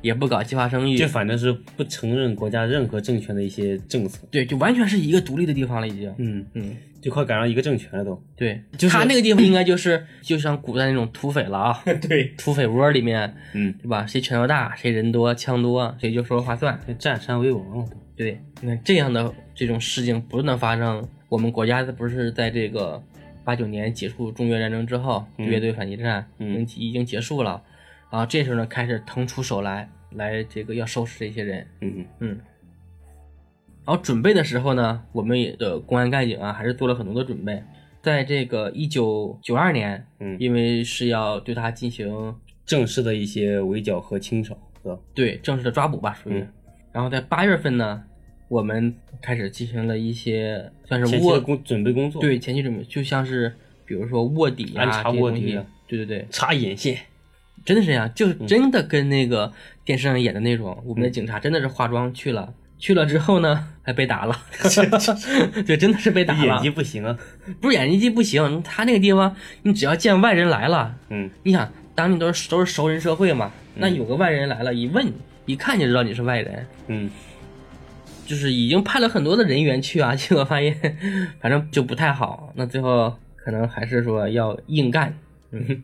[SPEAKER 2] 也不搞计划生育
[SPEAKER 1] 这，反正是不承认国家任何政权的一些政策。
[SPEAKER 2] 对，就完全是一个独立的地方了，已经。
[SPEAKER 1] 嗯，
[SPEAKER 2] 嗯，
[SPEAKER 1] 就快赶上一个政权了都。
[SPEAKER 2] 对，就是他那个地方应该 就是就像古代那种土匪了 啊，
[SPEAKER 1] 对，
[SPEAKER 2] 土匪窝里面，
[SPEAKER 1] 嗯，
[SPEAKER 2] 对吧？谁拳头大，谁人多枪多，谁就说了话算。
[SPEAKER 1] 这占山为王了都。
[SPEAKER 2] 对，那这样的这种事情不断发生，我们国家不是在这个八九年结束中越战争之后，
[SPEAKER 1] 嗯
[SPEAKER 2] 越对反击战已经、
[SPEAKER 1] 嗯
[SPEAKER 2] 已经结束了，啊，这时候呢开始腾出手来，来这个要收拾这些人，
[SPEAKER 1] 嗯
[SPEAKER 2] 嗯。然后准备的时候呢，我们也的公安干警啊，还是做了很多的准备。在这个一九九二年，
[SPEAKER 1] 嗯
[SPEAKER 2] 因为是要对他进行
[SPEAKER 1] 正式的一些围剿和清扫，是吧？
[SPEAKER 2] 对正式的抓捕吧，属于。
[SPEAKER 1] 嗯
[SPEAKER 2] 然后在八月份呢，我们开始进行了一些算是
[SPEAKER 1] 前期
[SPEAKER 2] 卧
[SPEAKER 1] 的工准备工作，，
[SPEAKER 2] 对前期准备，就像是比如说卧底啊
[SPEAKER 1] 安插
[SPEAKER 2] 这些
[SPEAKER 1] 卧
[SPEAKER 2] 东
[SPEAKER 1] 底
[SPEAKER 2] 西
[SPEAKER 1] 啊，嗯
[SPEAKER 2] 对对对，
[SPEAKER 1] 插眼 线，
[SPEAKER 2] 真的是这样，就是真的跟那个电视上演的那种，我
[SPEAKER 1] 嗯
[SPEAKER 2] 们的警察真的是化妆去了。去了之后呢，还被打了， 对，真的是被打了。
[SPEAKER 1] 演技不行啊。
[SPEAKER 2] 不是演技不行，他那个地方，你只要见外人来了，
[SPEAKER 1] 嗯
[SPEAKER 2] 你想当地都是都是熟人社会嘛，那有个外人来了，一问一看就知道你是外人，
[SPEAKER 1] 嗯
[SPEAKER 2] 就是已经派了很多的人员去啊，结果发现 反正就不太好。那最后可能还是说要硬干。嗯，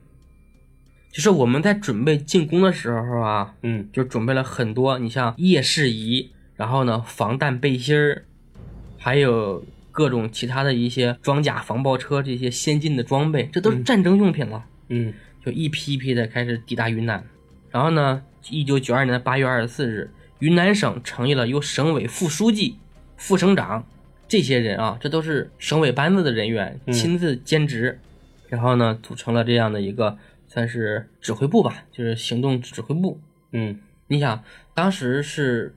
[SPEAKER 2] 就是我们在准备进攻的时候啊，
[SPEAKER 1] 嗯
[SPEAKER 2] 就准备了很多，你像夜视仪，然后呢防弹背心儿，还有各种其他的一些装甲、防爆车这些先进的装备，这都是战争用品了。
[SPEAKER 1] 嗯
[SPEAKER 2] 就一批一批的开始抵达云南。然后呢，一九九二年八月二十四日，云南省成立了由省委副书记、副省长这些人啊，这都是省委班子的人员
[SPEAKER 1] 嗯
[SPEAKER 2] 亲自兼职，然后呢，组成了这样的一个算是指挥部吧，就是行动指挥部。
[SPEAKER 1] 嗯
[SPEAKER 2] 你想，当时是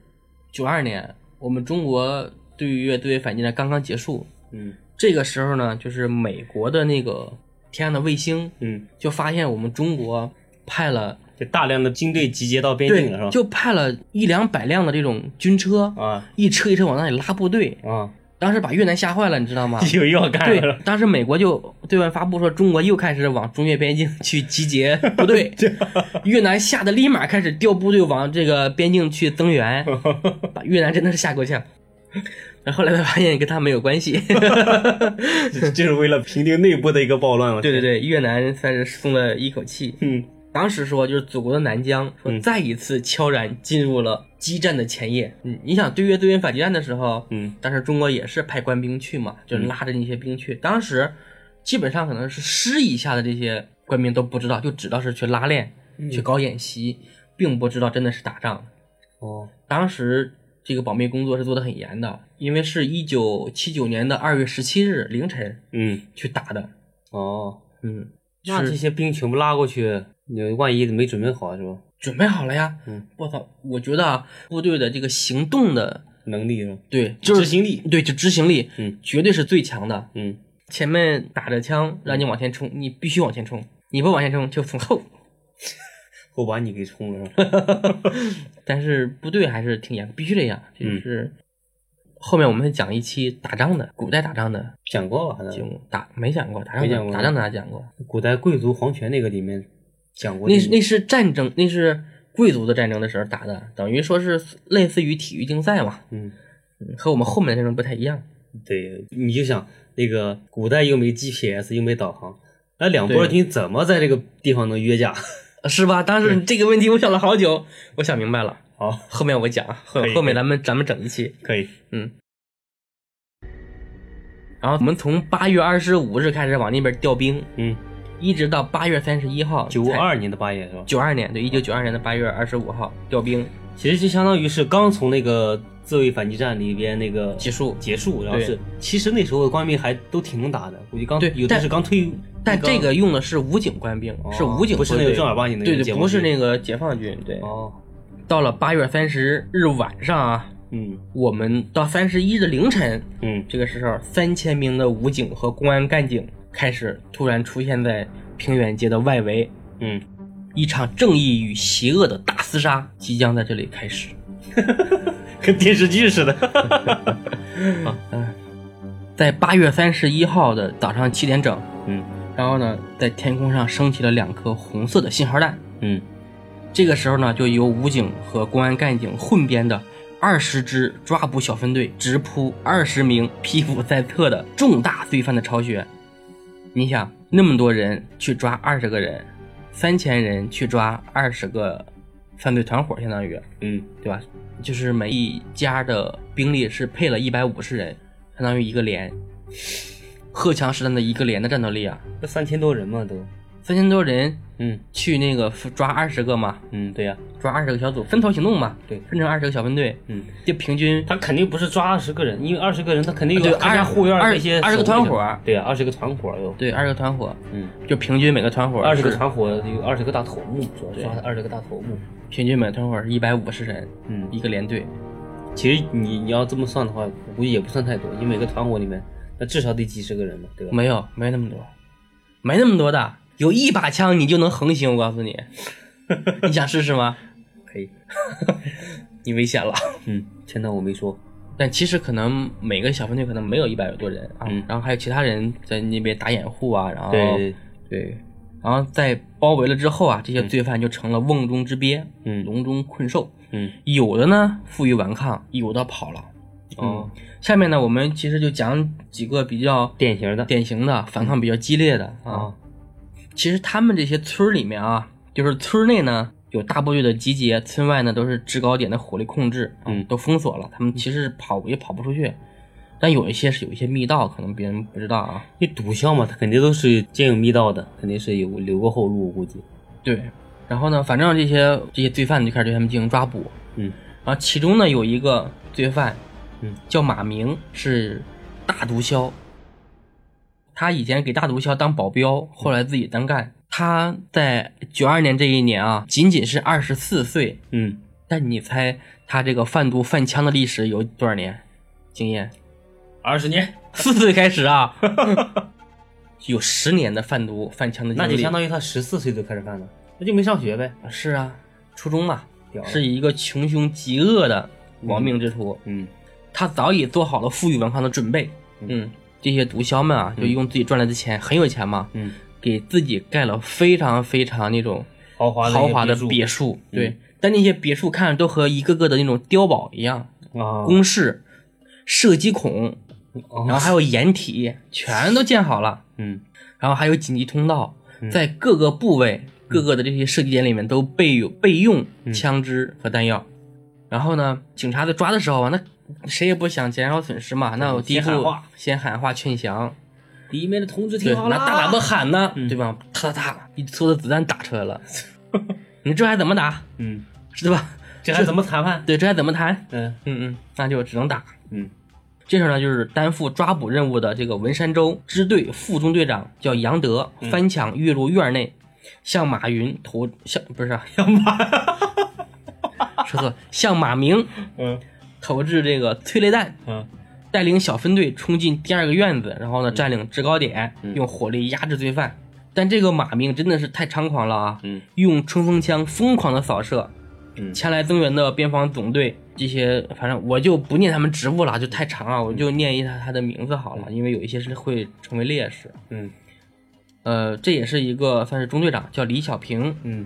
[SPEAKER 2] 九二年，我们中国对越对越反击战刚刚结束，
[SPEAKER 1] 嗯
[SPEAKER 2] 这个时候呢，就是美国的那个天上的卫星
[SPEAKER 1] 嗯，
[SPEAKER 2] 就发现我们中国派了
[SPEAKER 1] 就大量的军队集结到边境了是吧？
[SPEAKER 2] 就派了一两百辆的这种军车，
[SPEAKER 1] 啊
[SPEAKER 2] 一车一车往那里拉部队。
[SPEAKER 1] 啊，
[SPEAKER 2] 当时把越南吓坏了，你知道吗？
[SPEAKER 1] 又要干了
[SPEAKER 2] 对，当时美国就对外发布说，中国又开始往中越边境去集结 部队，越南吓得立马开始调部队往这个边境去增援，把越南真的是吓够呛。 然后后来才发现跟他没有关系，
[SPEAKER 1] 是吧，就是为了平定内部的一个暴乱了。
[SPEAKER 2] 对对，对，越南算是松了一口气。
[SPEAKER 1] 嗯
[SPEAKER 2] 当时说就是祖国的南疆，说
[SPEAKER 1] 嗯
[SPEAKER 2] 再一次悄然进入了激战的前夜。嗯，你想对越对越反击战的时候，
[SPEAKER 1] 嗯
[SPEAKER 2] 当时中国也是派官兵去嘛，就
[SPEAKER 1] 嗯
[SPEAKER 2] 拉着那些兵去。当时基本上可能是师以下的这些官兵都不知道，就知道是去拉练、
[SPEAKER 1] 嗯
[SPEAKER 2] 去搞演习，并不知道真的是打仗。
[SPEAKER 1] 哦
[SPEAKER 2] 当时这个保密工作是做得很严的，因为是一九七九年的二月十七日凌晨
[SPEAKER 1] 嗯
[SPEAKER 2] 去打的。
[SPEAKER 1] 哦，
[SPEAKER 2] 嗯，
[SPEAKER 1] 那
[SPEAKER 2] 是
[SPEAKER 1] 这些兵全部拉过去，你万一没准备好是吧？
[SPEAKER 2] 准备好了呀。
[SPEAKER 1] 嗯，
[SPEAKER 2] 我操，我觉得啊，部队的这个行动的
[SPEAKER 1] 能力是吧？
[SPEAKER 2] 对，就是
[SPEAKER 1] 执行力
[SPEAKER 2] 对，就执行力，
[SPEAKER 1] 嗯，
[SPEAKER 2] 绝对是最强的。
[SPEAKER 1] 嗯
[SPEAKER 2] 前面打着枪让你往前冲，你必须往前冲，你不往前冲就从后。
[SPEAKER 1] 后把你给冲了是吧？
[SPEAKER 2] 但是部队还是挺严，必须这样。这就
[SPEAKER 1] 嗯
[SPEAKER 2] 是后面我们会讲一期打仗的，古代打仗的
[SPEAKER 1] 讲过了，好
[SPEAKER 2] 节
[SPEAKER 1] 像
[SPEAKER 2] 目，打没讲过打仗
[SPEAKER 1] 嗯没
[SPEAKER 2] 的
[SPEAKER 1] 讲过
[SPEAKER 2] 打仗的还讲过，
[SPEAKER 1] 古代贵族皇权那个里面讲过这
[SPEAKER 2] 那
[SPEAKER 1] 个。
[SPEAKER 2] 是那是战争，那是贵族的战争的时候打的，等于说是类似于体育竞赛嘛，
[SPEAKER 1] 嗯，
[SPEAKER 2] 嗯和我们后面的战争不太一样。
[SPEAKER 1] 对，你就想那个古代又没 GPS 又没导航，那两拨
[SPEAKER 2] 对
[SPEAKER 1] 军怎么在这个地方能约架？
[SPEAKER 2] 是吧？当时这个问题我想了好久，我想明白了。
[SPEAKER 1] 好，
[SPEAKER 2] 后面我讲，后
[SPEAKER 1] 可以
[SPEAKER 2] 后面咱们咱们整一期。
[SPEAKER 1] 可以，
[SPEAKER 2] 然后我们从八月二十五日开始往那边调兵，
[SPEAKER 1] 嗯，
[SPEAKER 2] 一直到八月三十一号，
[SPEAKER 1] 九二年的八月是吧？
[SPEAKER 2] 九二年，对，一九九二年的八月二十五号调兵
[SPEAKER 1] 其实就相当于是刚从那个自卫反击战里边那个
[SPEAKER 2] 结束。
[SPEAKER 1] 结束，然后
[SPEAKER 2] 对
[SPEAKER 1] 是其实那时候的官兵还都挺能打的，估计刚
[SPEAKER 2] 对
[SPEAKER 1] 有的
[SPEAKER 2] 但
[SPEAKER 1] 是刚退，
[SPEAKER 2] 但这
[SPEAKER 1] 刚
[SPEAKER 2] 个用的是武警官兵，
[SPEAKER 1] 哦
[SPEAKER 2] 是武警
[SPEAKER 1] 不是
[SPEAKER 2] 部
[SPEAKER 1] 那
[SPEAKER 2] 队
[SPEAKER 1] 个正儿八经的
[SPEAKER 2] 对
[SPEAKER 1] 解
[SPEAKER 2] 对，
[SPEAKER 1] 放
[SPEAKER 2] 不是
[SPEAKER 1] 军
[SPEAKER 2] 那个解放军。对，
[SPEAKER 1] 哦，
[SPEAKER 2] 到了八月三十日晚上啊，
[SPEAKER 1] 嗯
[SPEAKER 2] 我们到三十一的凌晨，
[SPEAKER 1] 嗯，
[SPEAKER 2] 这个时候，三千名的武警和公安干警开始突然出现在平远街的外围，
[SPEAKER 1] 嗯，
[SPEAKER 2] 一场正义与邪恶的大厮杀即将在这里开始。
[SPEAKER 1] 跟电视剧似的，
[SPEAKER 2] 在八月三十一号的早上七点整，
[SPEAKER 1] 嗯
[SPEAKER 2] 然后呢，在天空上升起了两颗红色的信号弹。
[SPEAKER 1] 嗯
[SPEAKER 2] 这个时候呢，就由武警和公安干警混编的二十支抓捕小分队直扑二十名批捕在册的重大罪犯的巢穴。你想，那么多人去抓二十个人，三千人去抓二十个犯罪团伙，相当于
[SPEAKER 1] 嗯
[SPEAKER 2] 对吧？就是每一家的兵力是配了一百五十人，相当于一个连。荷枪实弹的一个连的战斗力啊，
[SPEAKER 1] 那三千多人嘛都，
[SPEAKER 2] 三千多人
[SPEAKER 1] 嗯
[SPEAKER 2] 去那个抓二十个嘛，
[SPEAKER 1] 嗯，对呀、
[SPEAKER 2] 抓二十个小组，分头行动嘛，
[SPEAKER 1] 对
[SPEAKER 2] 分成二十个小分队，
[SPEAKER 1] 嗯，
[SPEAKER 2] 就平均
[SPEAKER 1] 他肯定不是抓二十个人，因为二十个人他肯定
[SPEAKER 2] 啊对
[SPEAKER 1] 有看家
[SPEAKER 2] 二
[SPEAKER 1] 护院
[SPEAKER 2] 二
[SPEAKER 1] 那些
[SPEAKER 2] 二十个
[SPEAKER 1] 守卫
[SPEAKER 2] 团伙
[SPEAKER 1] 者对呀、二十个团伙有，
[SPEAKER 2] 对二十个团伙，
[SPEAKER 1] 嗯，
[SPEAKER 2] 就平均每个团伙
[SPEAKER 1] 二十个
[SPEAKER 2] 是
[SPEAKER 1] 团伙有二十个大头目，主要
[SPEAKER 2] 对
[SPEAKER 1] 抓二十个大头目，
[SPEAKER 2] 平均每个团伙是一百五十人，
[SPEAKER 1] 嗯
[SPEAKER 2] 一个连队，
[SPEAKER 1] 其实你你要这么算的话，我估计也不算太多，因为每个团伙里面那至少得几十个人嘛，对吧？
[SPEAKER 2] 没有没那么多，没那么多的，有一把枪你就能横行，我告诉你， 你想试试吗？
[SPEAKER 1] 可以，
[SPEAKER 2] 你危险了。
[SPEAKER 1] 嗯，前头我没说，
[SPEAKER 2] 但其实可能每个小分队可能没有一百多人啊，
[SPEAKER 1] 嗯
[SPEAKER 2] 然后还有其他人在那边打掩护啊，然后
[SPEAKER 1] 对，
[SPEAKER 2] 对，然后在包围了之后啊，这些罪犯就成了瓮中之鳖，
[SPEAKER 1] 嗯
[SPEAKER 2] 笼中困兽。
[SPEAKER 1] 嗯，
[SPEAKER 2] 有的呢负隅顽抗，有的跑了。
[SPEAKER 1] 哦，
[SPEAKER 2] 下面呢，我们其实就讲几个比较
[SPEAKER 1] 典型的，
[SPEAKER 2] 典型的反抗比较激烈的啊。其实他们这些村儿里面啊，就是村儿内呢有大部队的集结，村外呢都是制高点的火力控制，啊
[SPEAKER 1] 嗯
[SPEAKER 2] 都封锁了，他们其实是跑也跑不出去。但有一些是有一些密道，可能别人不知道啊。
[SPEAKER 1] 你毒枭嘛，他肯定都是兼有密道的，肯定是有留过后路，我估计。
[SPEAKER 2] 对，然后呢，反正这些这些罪犯就开始对他们进行抓捕。
[SPEAKER 1] 嗯，
[SPEAKER 2] 然后其中呢有一个罪犯，
[SPEAKER 1] 嗯，
[SPEAKER 2] 叫马明，是大毒枭。他以前给大毒枭当保镖，后来自己单干。他在九二年这一年啊，仅仅是二十四岁。
[SPEAKER 1] 嗯，
[SPEAKER 2] 但你猜他这个贩毒贩枪的历史有多少年经验？
[SPEAKER 1] 二十年，
[SPEAKER 2] 四岁开始 啊，有十年的贩毒贩枪的经
[SPEAKER 1] 那
[SPEAKER 2] 历。
[SPEAKER 1] 就相当于他十四岁就开始犯了，那就没上学呗。
[SPEAKER 2] 是啊，初中嘛，
[SPEAKER 1] 屌了
[SPEAKER 2] 是一个穷凶极恶的亡命之徒，
[SPEAKER 1] 嗯
[SPEAKER 2] 他早已做好了富裕顽抗的准备。嗯，这些毒枭们啊，就用自己赚来的钱，很有钱嘛，
[SPEAKER 1] 嗯，
[SPEAKER 2] 给自己盖了非常非常那种
[SPEAKER 1] 豪华的
[SPEAKER 2] 豪华的别
[SPEAKER 1] 别
[SPEAKER 2] 墅。嗯对，但那些别墅看着都和一个个的那种碉堡一样，
[SPEAKER 1] 啊，
[SPEAKER 2] 公式、射击孔，
[SPEAKER 1] 哦
[SPEAKER 2] 然后还有掩体，全都建好了。
[SPEAKER 1] 嗯
[SPEAKER 2] 然后还有紧急通道，在各个部位、各个的这些射击点里面都备有备用枪支和弹
[SPEAKER 1] 嗯
[SPEAKER 2] 药。然后呢，警察在抓的时候啊，那谁也不想减少损失嘛，那我第一步
[SPEAKER 1] 嗯先喊话
[SPEAKER 2] 先喊话劝降，
[SPEAKER 1] 里面的同志
[SPEAKER 2] 对，
[SPEAKER 1] 听好了
[SPEAKER 2] 拿
[SPEAKER 1] 啊，
[SPEAKER 2] 大喇叭喊呢，对吧？哒哒哒，一梭子子弹打出来 了，你这还怎么打，
[SPEAKER 1] 嗯，
[SPEAKER 2] 是吧？
[SPEAKER 1] 这还怎么谈判？
[SPEAKER 2] 对，这还怎么谈？
[SPEAKER 1] 嗯
[SPEAKER 2] 嗯嗯，那就只能打。
[SPEAKER 1] 嗯，
[SPEAKER 2] 这时候呢，就是担负抓捕任务的这个文山州支队副中队长叫杨德，翻墙跃入院内，向马云投向不是啊向马， 说错，向马明
[SPEAKER 1] 嗯
[SPEAKER 2] 投掷这个催泪弹，
[SPEAKER 1] 嗯
[SPEAKER 2] 带领小分队冲进第二个院子，然后呢占领制高点，
[SPEAKER 1] 嗯
[SPEAKER 2] 用火力压制罪犯。但这个马明真的是太猖狂了啊！
[SPEAKER 1] 嗯，
[SPEAKER 2] 用冲锋枪疯狂的扫射，
[SPEAKER 1] 嗯
[SPEAKER 2] 前来增援的边防总队这些，反正我就不念他们职务了，就太长
[SPEAKER 1] 嗯
[SPEAKER 2] 了，我就念一下他的名字好了，因为有一些是会成为烈士。
[SPEAKER 1] 嗯
[SPEAKER 2] 呃，这也是一个算是中队长，叫李小平，
[SPEAKER 1] 嗯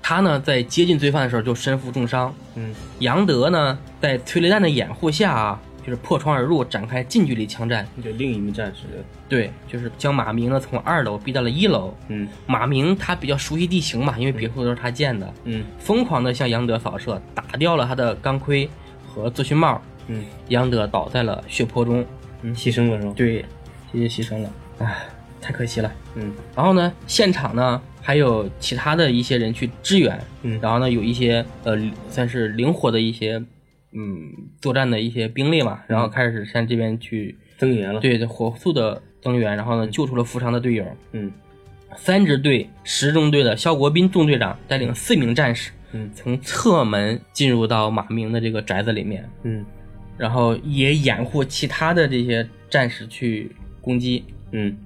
[SPEAKER 2] 他呢在接近罪犯的时候就身负重伤，
[SPEAKER 1] 嗯
[SPEAKER 2] 杨德呢在催泪弹的掩护下啊，就是破窗而入，展开近距离枪战。
[SPEAKER 1] 就另一名战士，
[SPEAKER 2] 对，就是将马明呢从二楼逼到了一楼。
[SPEAKER 1] 嗯
[SPEAKER 2] 马明他比较熟悉地形嘛，因为别墅都是他建的，
[SPEAKER 1] 嗯
[SPEAKER 2] 疯狂的向杨德扫射，打掉了他的钢盔和作训帽。
[SPEAKER 1] 嗯，
[SPEAKER 2] 杨德倒在了血泊中，
[SPEAKER 1] 嗯牺牲了是吧？
[SPEAKER 2] 对，这就牺牲了，唉，太可惜了。
[SPEAKER 1] 嗯
[SPEAKER 2] 然后呢，现场呢还有其他的一些人去支援，
[SPEAKER 1] 嗯
[SPEAKER 2] 然后呢有一些呃算是灵活的一些嗯作战的一些兵力嘛，然后开始向这边去
[SPEAKER 1] 增援了。，
[SPEAKER 2] 对就火速的增援，然后呢救出了扶伤的队友。
[SPEAKER 1] 嗯
[SPEAKER 2] 三支队十中队的肖国斌中队长带领四名战士，
[SPEAKER 1] 嗯
[SPEAKER 2] 从侧门进入到马明的这个宅子里面，
[SPEAKER 1] 嗯
[SPEAKER 2] 然后也掩护其他的这些战士去攻击。
[SPEAKER 1] 嗯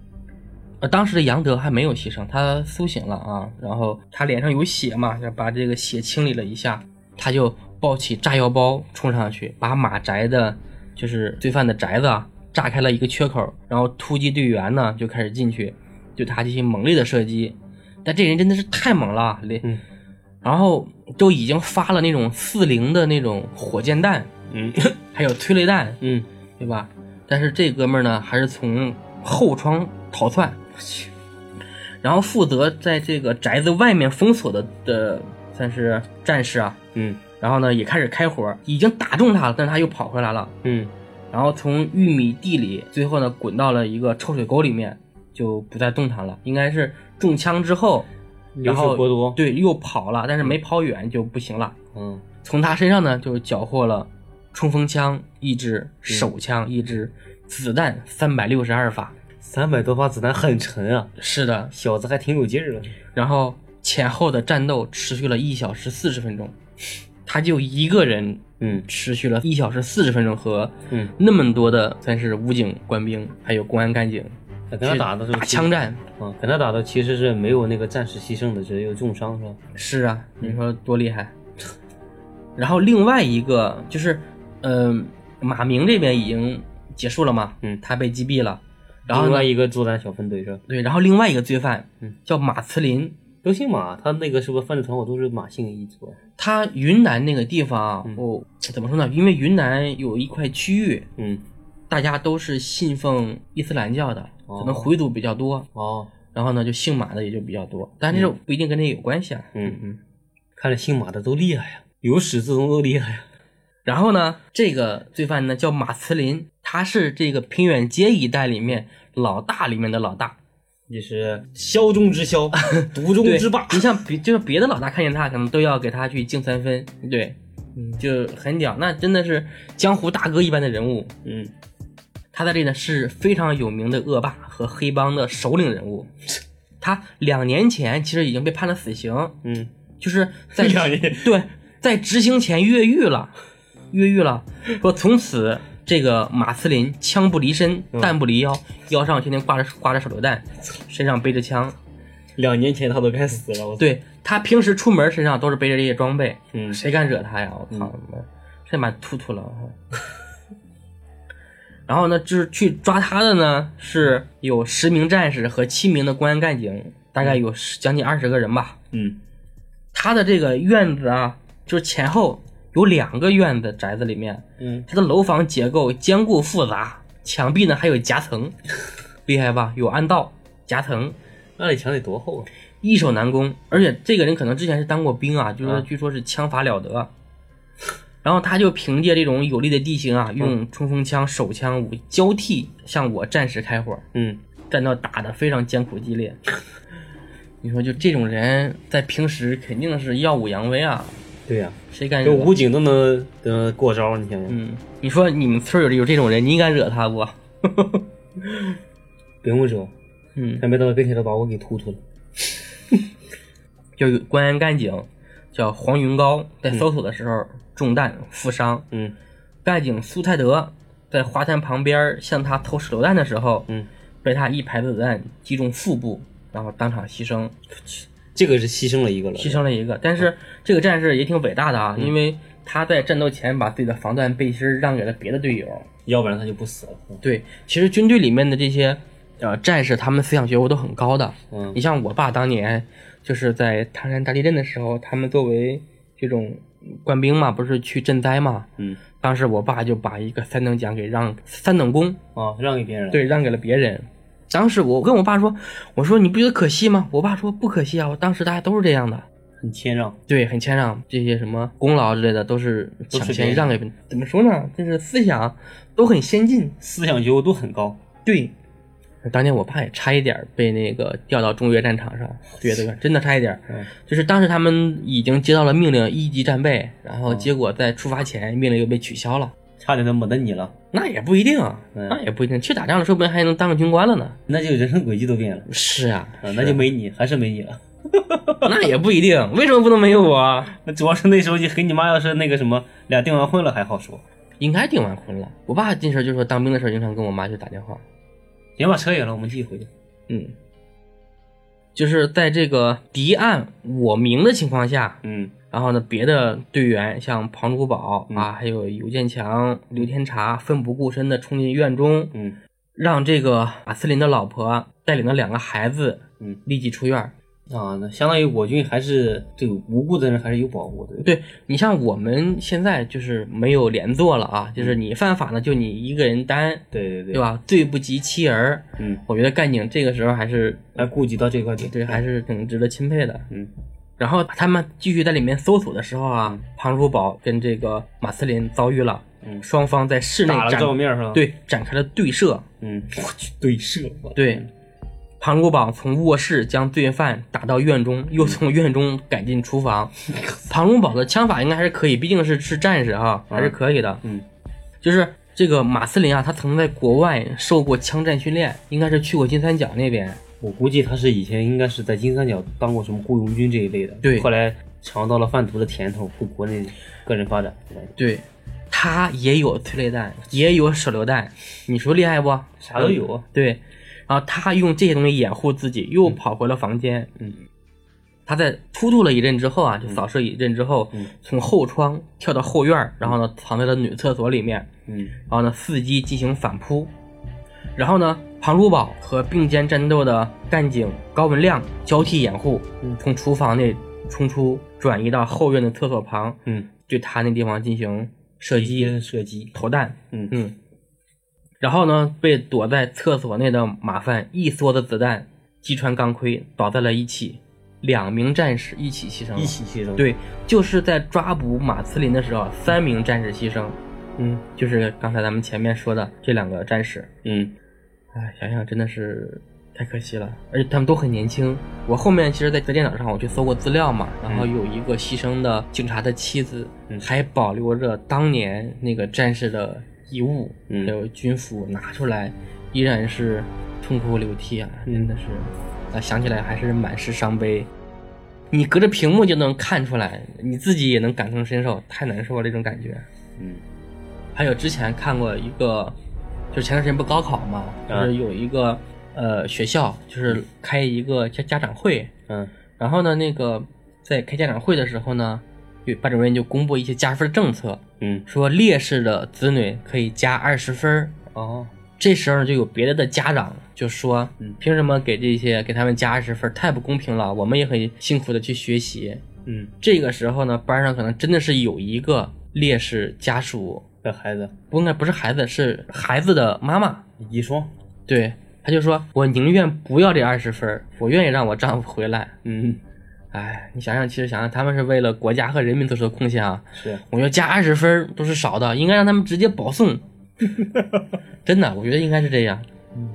[SPEAKER 2] 呃，当时的杨德还没有牺牲，他苏醒了啊，然后他脸上有血嘛，要把这个血清理了一下，他就抱起炸药包冲上去，把马宅的，就是罪犯的宅子啊炸开了一个缺口，然后突击队员呢就开始进去，对他进行猛烈的射击，但这人真的是太猛了，连，
[SPEAKER 1] 嗯
[SPEAKER 2] 然后都已经发了那种四零的那种火箭弹，
[SPEAKER 1] 嗯
[SPEAKER 2] 还有催泪弹，
[SPEAKER 1] 嗯，
[SPEAKER 2] 对吧？但是这哥们儿呢，还是从后窗逃窜，然后负责在这个宅子外面封锁的的算是战士啊，
[SPEAKER 1] 嗯
[SPEAKER 2] 然后呢也开始开火，已经打中他了，但是他又跑回来了，
[SPEAKER 1] 嗯
[SPEAKER 2] 然后从玉米地里最后呢滚到了一个臭水沟里面，就不再动弹了，应该是中枪之后，然
[SPEAKER 1] 流
[SPEAKER 2] 后
[SPEAKER 1] 血过多
[SPEAKER 2] 对又跑了，但是没跑远就不行了。
[SPEAKER 1] 嗯
[SPEAKER 2] 从他身上呢就缴获了冲锋枪一
[SPEAKER 1] 嗯
[SPEAKER 2] 支、手枪一支、子弹三百六十二发。
[SPEAKER 1] 三百多发子弹很沉啊，
[SPEAKER 2] 是的，
[SPEAKER 1] 小子还挺有劲儿的。
[SPEAKER 2] 然后前后的战斗持续了一小时四十分钟，他就一个人
[SPEAKER 1] 嗯
[SPEAKER 2] 持续了一小时四十分钟和
[SPEAKER 1] 嗯
[SPEAKER 2] 那么多的算是武警官兵还有公安干警
[SPEAKER 1] 跟他打的时候
[SPEAKER 2] 打枪战。
[SPEAKER 1] 啊，跟他打的其实是没有那个战士牺牲的，只有重伤是吧？
[SPEAKER 2] 是啊，你说多厉害。然后另外一个就是，嗯、马明这边已经结束了嘛，
[SPEAKER 1] 嗯
[SPEAKER 2] 他被击毙了。然后
[SPEAKER 1] 另
[SPEAKER 2] 呢
[SPEAKER 1] 外，一个作战小分队是吧？
[SPEAKER 2] 对，然后另外一个罪犯，
[SPEAKER 1] 嗯
[SPEAKER 2] 叫马慈林，
[SPEAKER 1] 都姓马，他那个是不是犯罪团伙都是马姓一族啊？
[SPEAKER 2] 他云南那个地方啊，
[SPEAKER 1] 嗯
[SPEAKER 2] 我、怎么说呢？因为云南有一块区域，
[SPEAKER 1] 嗯，
[SPEAKER 2] 大家都是信奉伊斯兰教的，
[SPEAKER 1] 哦
[SPEAKER 2] 可能回族比较多，
[SPEAKER 1] 哦，
[SPEAKER 2] 然后呢就姓马的也就比较多，但是
[SPEAKER 1] 嗯
[SPEAKER 2] 不一定跟这有关系啊。
[SPEAKER 1] 嗯嗯，看来姓马的都厉害呀、有史自东都厉害呀、
[SPEAKER 2] 然后呢，这个罪犯呢叫马茨林，他是这个平远街一带里面老大里面的老大。
[SPEAKER 1] 也是枭中之 枭，毒中
[SPEAKER 2] 对
[SPEAKER 1] 之霸。
[SPEAKER 2] 你像别就是别的老大看见他，可能都要给他去敬三分。对，
[SPEAKER 1] 嗯
[SPEAKER 2] 就很屌，那真的是江湖大哥一般的人物。
[SPEAKER 1] 嗯，
[SPEAKER 2] 他在这呢是非常有名的恶霸和黑帮的首领人物。他两年前其实已经被判了死刑，
[SPEAKER 1] 嗯，
[SPEAKER 2] 就是在
[SPEAKER 1] 两年
[SPEAKER 2] 对在执行前越狱了，越狱了，说从此这个马斯林枪不离身，
[SPEAKER 1] 嗯
[SPEAKER 2] 弹不离腰，腰上天天挂着挂着手榴弹，身上背着枪。
[SPEAKER 1] 两年前他都该死了，我操，
[SPEAKER 2] 对他平时出门身上都是背着这些装备，
[SPEAKER 1] 嗯
[SPEAKER 2] 谁敢惹他呀？我操，妈这把突突了。我操 然后呢，就是去抓他的呢，是有十名战士和七名的公安干警，大概有十将近二十个人吧。
[SPEAKER 1] 嗯
[SPEAKER 2] 他的这个院子啊，就是前后有两个院子宅子里面，
[SPEAKER 1] 嗯，
[SPEAKER 2] 它的楼房结构坚固复杂，墙壁呢还有夹层， 厉害吧？有暗道、夹层，
[SPEAKER 1] 那里墙得多厚啊？
[SPEAKER 2] 易守难攻，而且这个人可能之前是当过兵啊，就是说
[SPEAKER 1] 啊
[SPEAKER 2] 据说是枪法了得。然后他就凭借这种有利的地形啊，用冲锋枪、手枪五交替向我战士开火，
[SPEAKER 1] 嗯，
[SPEAKER 2] 战斗打得非常艰苦激烈。你说就这种人在平时肯定是耀武扬威啊，
[SPEAKER 1] 对呀，
[SPEAKER 2] 谁敢
[SPEAKER 1] 这
[SPEAKER 2] 惹？
[SPEAKER 1] 武警都能呃过招，你想想，
[SPEAKER 2] 嗯，你说你们村儿有有这种人，你敢惹他不？
[SPEAKER 1] 不用说，
[SPEAKER 2] 嗯，
[SPEAKER 1] 还没到跟前都把我给突突了。
[SPEAKER 2] 就有公安干警叫黄云高，在搜索的时候中弹负伤，
[SPEAKER 1] 嗯
[SPEAKER 2] 干警苏泰德在花坛旁边向他投手榴弹的时候，
[SPEAKER 1] 嗯，
[SPEAKER 2] 被他一排子子弹击中腹部，然后当场牺牲，
[SPEAKER 1] 这个是牺牲了一个了，
[SPEAKER 2] 牺牲了一个。但是这个战士也挺伟大的啊，因为他在战斗前把自己的防弹背心让给了别的队友。
[SPEAKER 1] 要不然他就不死了。嗯
[SPEAKER 2] 对，其实军队里面的这些呃战士，他们思想觉悟都很高的。
[SPEAKER 1] 嗯
[SPEAKER 2] 你像我爸当年就是在唐山大地震的时候，他们作为这种官兵嘛，不是去赈灾嘛，
[SPEAKER 1] 嗯
[SPEAKER 2] 当时我爸就把一个三等奖给让三等功，
[SPEAKER 1] 啊，让给别人了。
[SPEAKER 2] 对，让给了别人。当时我跟我爸说，我说你不觉得可惜吗？我爸说不可惜啊，我当时大家都是这样的，
[SPEAKER 1] 很谦让。
[SPEAKER 2] 对，很谦让，这些什么功劳之类的都是
[SPEAKER 1] 都是
[SPEAKER 2] 抢
[SPEAKER 1] 别
[SPEAKER 2] 先
[SPEAKER 1] 人
[SPEAKER 2] 让给别人。怎么说呢？就是思想都很先进。
[SPEAKER 1] 思想觉悟度很高，
[SPEAKER 2] 对，当年我爸也差一点儿被那个调到中越战场上，对对，真的差一点儿。
[SPEAKER 1] 嗯
[SPEAKER 2] 就是当时他们已经接到了命令，一级战备，然
[SPEAKER 1] 嗯
[SPEAKER 2] 后结果在出发前命令又被取消了。
[SPEAKER 1] 差点都没得你了，
[SPEAKER 2] 那也不一定，啊
[SPEAKER 1] 嗯
[SPEAKER 2] 那也不一定，去打仗了，说不定还能当个军官了呢。
[SPEAKER 1] 那就人生轨迹都变了，
[SPEAKER 2] 是啊，
[SPEAKER 1] 啊，那就没你，还是没你了。
[SPEAKER 2] 那也不一定，为什么不能没有啊我？
[SPEAKER 1] 那主要是那时候你和你妈要是那个什么，俩订完婚了还好说，
[SPEAKER 2] 应该订完婚了。我爸这事儿就说当兵的时候经常跟我妈就打电话，
[SPEAKER 1] 行吧，扯远了，我们继续回去。
[SPEAKER 2] 嗯，就是在这个敌暗我明的情况下，
[SPEAKER 1] 嗯
[SPEAKER 2] 然后呢，别的队员像庞主宝、啊，还有尤建强、刘天茶，奋不顾身的冲进院中，
[SPEAKER 1] 嗯
[SPEAKER 2] 让这个马斯林的老婆带领的两个孩子，
[SPEAKER 1] 嗯，
[SPEAKER 2] 立即出院。
[SPEAKER 1] 啊，那相当于我军还是对无辜的人还是有保护的。
[SPEAKER 2] 对你像我们现在就是没有连坐了啊，就是你犯法呢，就你一个人担，
[SPEAKER 1] 对对对，
[SPEAKER 2] 对？吧？罪不及妻儿，
[SPEAKER 1] 嗯，
[SPEAKER 2] 我觉得干警这个时候还是
[SPEAKER 1] 还顾及到这块点。
[SPEAKER 2] 对，还是挺值得钦佩的。
[SPEAKER 1] 嗯，
[SPEAKER 2] 然后他们继续在里面搜索的时候啊，庞如宝跟这个马斯林遭遇了，
[SPEAKER 1] 嗯
[SPEAKER 2] 双方在室内
[SPEAKER 1] 打了个
[SPEAKER 2] 展
[SPEAKER 1] 照面是吧？，
[SPEAKER 2] 对展开了对射，
[SPEAKER 1] 嗯，我去对射，我
[SPEAKER 2] 对。庞如宝从卧室将罪犯打到院中，又
[SPEAKER 1] 嗯
[SPEAKER 2] 从院中赶进 厨房。庞如宝的枪法应该还是可以，毕竟是是战士啊，还是可以的。
[SPEAKER 1] 嗯，
[SPEAKER 2] 就是这个马斯林啊，他曾在国外受过枪战训练，应该是去过金三角那边。
[SPEAKER 1] 我估计他是以前应该是在金三角当过什么雇佣军这一类的，
[SPEAKER 2] 对
[SPEAKER 1] 后来尝到了贩毒的甜头，回国内个人发展。
[SPEAKER 2] 对，他也有催泪弹，也有手榴弹，你说厉害不？
[SPEAKER 1] 啥都有啊。
[SPEAKER 2] 对，然后他用这些东西掩护自己，又跑回了房间。
[SPEAKER 1] 嗯，
[SPEAKER 2] 他在突突了一阵之后啊，就扫射一阵之后，
[SPEAKER 1] 嗯
[SPEAKER 2] 从后窗跳到后院儿，然后呢藏在了女厕所里面，
[SPEAKER 1] 嗯
[SPEAKER 2] 然后呢伺机进行反扑。然后呢，庞如宝和并肩战斗的干警高文亮交替掩护，
[SPEAKER 1] 嗯
[SPEAKER 2] 从厨房内冲出，转移到后院的厕所旁，
[SPEAKER 1] 嗯，
[SPEAKER 2] 对他那地方进行射击。
[SPEAKER 1] 一射击。
[SPEAKER 2] 投弹，
[SPEAKER 1] 嗯
[SPEAKER 2] 嗯，然后呢，被躲在厕所内的马贩一梭子子弹击穿钢盔，倒在了一起，两名战士一起牺牲了
[SPEAKER 1] 一。起牺牲。，
[SPEAKER 2] 对，就是在抓捕马茨林的时候，三名战士牺牲，
[SPEAKER 1] 嗯
[SPEAKER 2] 就是刚才咱们前面说的这两个战士。
[SPEAKER 1] 嗯
[SPEAKER 2] 哎，想想真的是太可惜了，而且他们都很年轻。我后面其实在在电脑上我去搜过资料嘛，然后有一个牺牲的警察的妻子，
[SPEAKER 1] 嗯
[SPEAKER 2] 还保留着当年那个战士的遗物，
[SPEAKER 1] 嗯
[SPEAKER 2] 还有军服拿出来，依然是痛哭流涕啊，
[SPEAKER 1] 嗯
[SPEAKER 2] 真的是，啊，想起来还是满是伤悲。你隔着屏幕就能看出来，你自己也能感同身受，太难受了这种感觉。
[SPEAKER 1] 嗯
[SPEAKER 2] 还有之前看过一个，就是前段时间不高考嘛，就
[SPEAKER 1] 嗯
[SPEAKER 2] 是有一个呃学校就是开一个家家长会，
[SPEAKER 1] 嗯
[SPEAKER 2] 然后呢那个在开家长会的时候呢，有班主任就公布一些加分政策，
[SPEAKER 1] 嗯，
[SPEAKER 2] 说烈士的子女可以加二十分儿。
[SPEAKER 1] 哦，
[SPEAKER 2] 这时候就有别的的家长就说
[SPEAKER 1] 嗯，
[SPEAKER 2] 凭什么给这些给他们加二十分儿？太不公平了，我们也很辛苦的去学习。
[SPEAKER 1] 嗯，
[SPEAKER 2] 这个时候呢，班上可能真的是有一个烈士家属
[SPEAKER 1] 这孩子
[SPEAKER 2] 不应该不是孩子，是孩子的妈妈。
[SPEAKER 1] 遗孀，
[SPEAKER 2] 对，他就说：“我宁愿不要这二十分儿，我愿意让我丈夫回来。
[SPEAKER 1] 嗯，”
[SPEAKER 2] 哎，你想想，其实想想，他们是为了国家和人民做出的贡献啊。
[SPEAKER 1] 是，
[SPEAKER 2] 我觉得加二十分儿都是少的，应该让他们直接保 送。真的，我觉得应该是这样。
[SPEAKER 1] 嗯，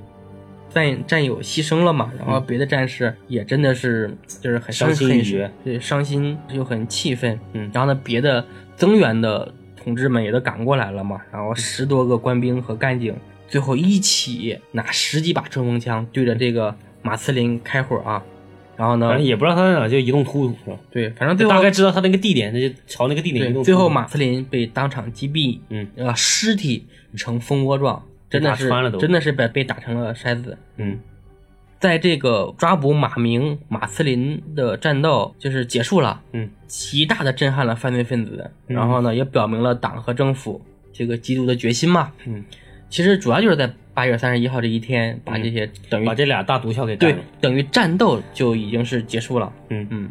[SPEAKER 2] 战战友牺牲了嘛，然后别的战士也真的是就是很
[SPEAKER 1] 伤心欲绝
[SPEAKER 2] 很对，伤心又很气愤。
[SPEAKER 1] 嗯
[SPEAKER 2] 然后呢，别的增援的同志们也都赶过来了嘛，然
[SPEAKER 1] 嗯
[SPEAKER 2] 后十多个官兵和干警最后一起拿十几把冲锋枪对着这个马茨林开火啊，然后
[SPEAKER 1] 反
[SPEAKER 2] 呢
[SPEAKER 1] 正，也不知道他在哪儿，就一通突突是吧？
[SPEAKER 2] 对，反正最后
[SPEAKER 1] 大概知道他那个地点，那就朝那个地点移
[SPEAKER 2] 对，
[SPEAKER 1] 动。
[SPEAKER 2] 最后马斯林被当场击毙，
[SPEAKER 1] 嗯，
[SPEAKER 2] 呃，尸体呈蜂窝状，
[SPEAKER 1] 被
[SPEAKER 2] 真的
[SPEAKER 1] 打
[SPEAKER 2] 是
[SPEAKER 1] 穿了都
[SPEAKER 2] 真的是被被打成了筛子。
[SPEAKER 1] 嗯
[SPEAKER 2] 在这个抓捕马明、马斯林的战斗就是结束了，
[SPEAKER 1] 嗯，
[SPEAKER 2] 极大的震撼了犯罪分子，然后呢，也表明了党和政府这个缉毒的决心嘛。
[SPEAKER 1] 嗯，
[SPEAKER 2] 其实主要就是在八月三十一号这一天，把这些等于
[SPEAKER 1] 把这俩大毒枭给干
[SPEAKER 2] 对
[SPEAKER 1] 了。
[SPEAKER 2] 等于战斗就已经是结束了。
[SPEAKER 1] 嗯
[SPEAKER 2] 嗯，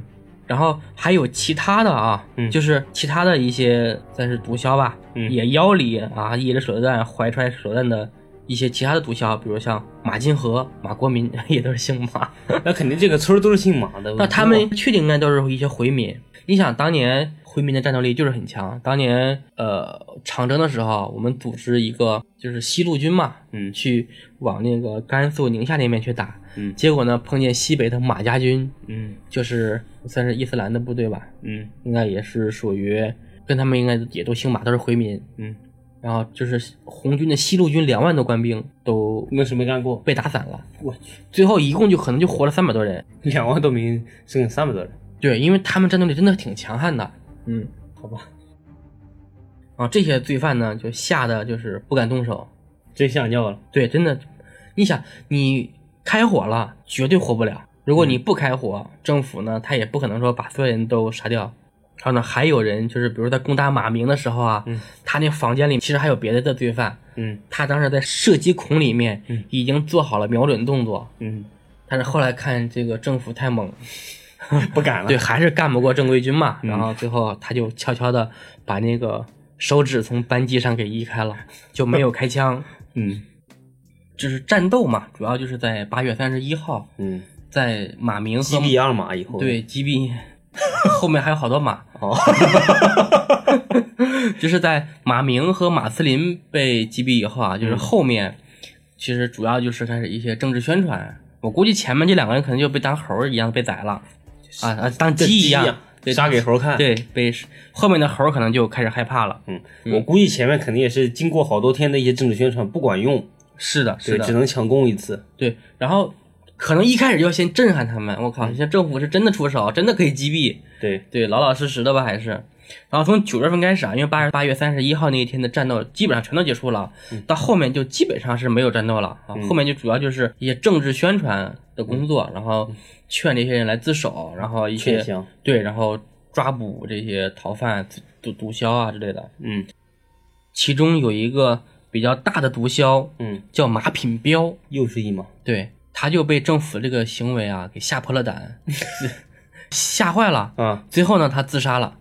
[SPEAKER 2] 然后还有其他的啊，
[SPEAKER 1] 嗯
[SPEAKER 2] 就是其他的一些算是毒枭吧，
[SPEAKER 1] 嗯
[SPEAKER 2] 也腰里啊掖着手榴弹，怀揣手榴弹的一些其他的毒枭，比如像马金河、马国民 也都是姓马，
[SPEAKER 1] 那肯定这个村儿都是姓马的。
[SPEAKER 2] 那他们去的应该都是一些回民。你想，当年回民的战斗力就是很强。当年呃长征的时候，我们组织一个就是西路军嘛，
[SPEAKER 1] 嗯
[SPEAKER 2] 去往那个甘肃、宁夏那边去打，
[SPEAKER 1] 嗯
[SPEAKER 2] 结果呢碰见西北的马家军，
[SPEAKER 1] 嗯
[SPEAKER 2] 就是算是伊斯兰的部队吧，
[SPEAKER 1] 嗯
[SPEAKER 2] 应该也是属于跟他们应该也都姓马，都是回民。
[SPEAKER 1] 嗯，
[SPEAKER 2] 然后就是红军的西路军两万多官兵都
[SPEAKER 1] 那是没干过，
[SPEAKER 2] 被打散了，
[SPEAKER 1] 我去，
[SPEAKER 2] 最后一共就可能就活了三百多人。
[SPEAKER 1] 两万多名剩三百多人。
[SPEAKER 2] 对，因为他们战斗力真的挺强悍的。嗯，
[SPEAKER 1] 好吧，
[SPEAKER 2] 啊，这些罪犯呢，就吓得就是不敢动手。
[SPEAKER 1] 真吓尿了。
[SPEAKER 2] 对，真的，你想，你开火了，绝对活不了。如果你
[SPEAKER 1] 嗯
[SPEAKER 2] 不开火，政府呢，他也不可能说把所有人都杀掉。然后呢，还有人就是，比如在攻打马明的时候啊，
[SPEAKER 1] 嗯
[SPEAKER 2] 他那房间里其实还有别的的罪犯，
[SPEAKER 1] 嗯
[SPEAKER 2] 他当时在射击孔里面
[SPEAKER 1] 嗯
[SPEAKER 2] 已经做好了瞄准动作，
[SPEAKER 1] 嗯，
[SPEAKER 2] 但是后来看这个政府太猛，
[SPEAKER 1] 不敢了。嗯
[SPEAKER 2] 对，，还是干不过正规军嘛。然后最后他就悄悄的把那个手指从扳机上给移开了，就没有开枪。
[SPEAKER 1] 嗯
[SPEAKER 2] 就是战斗嘛，主要就是在八月三十一号，
[SPEAKER 1] 嗯，
[SPEAKER 2] 在马明
[SPEAKER 1] 击
[SPEAKER 2] 和
[SPEAKER 1] 毙二马以后。
[SPEAKER 2] 对击毙，后面还有好多马，
[SPEAKER 1] 哦，
[SPEAKER 2] 就是在马明和马斯林被击毙以后啊，
[SPEAKER 1] 嗯
[SPEAKER 2] 就是后面其实主要就是开始一些政治宣传。我估计前面这两个人可能就被当猴儿一样被宰了，啊啊，当
[SPEAKER 1] 这
[SPEAKER 2] 鸡一样，对
[SPEAKER 1] 杀给猴看。，
[SPEAKER 2] 对，被后面的猴儿可能就开始害怕了。
[SPEAKER 1] 嗯，我估计前面肯定也是经过好多天的一些政治宣传，不管用，
[SPEAKER 2] 是的，是
[SPEAKER 1] 对，
[SPEAKER 2] 的，
[SPEAKER 1] 只能抢攻一次。
[SPEAKER 2] 对，然后可能一开始就要先震撼他们，我
[SPEAKER 1] 嗯
[SPEAKER 2] 靠，现在政府是真的出手，真的可以击毙，
[SPEAKER 1] 对，
[SPEAKER 2] 对，老老实实的吧还是。然后从九月份开始啊，因为八八月三十一号那一天的战斗基本上全都结束了，
[SPEAKER 1] 嗯
[SPEAKER 2] 到后面就基本上是没有战斗了啊，后面就主要就是一些政治宣传的工作，然后劝这些人来自首，然后一
[SPEAKER 1] 嗯
[SPEAKER 2] 些
[SPEAKER 1] 劝降
[SPEAKER 2] 对，然后抓捕这些逃犯、毒毒枭啊之类的。
[SPEAKER 1] 嗯
[SPEAKER 2] 其中有一个比较大的毒枭
[SPEAKER 1] 嗯，
[SPEAKER 2] 叫马品彪，
[SPEAKER 1] 又是一马。
[SPEAKER 2] 对，他就被政府这个行为啊给吓破了胆， 吓坏了。
[SPEAKER 1] 啊，
[SPEAKER 2] 最后呢，他自杀了，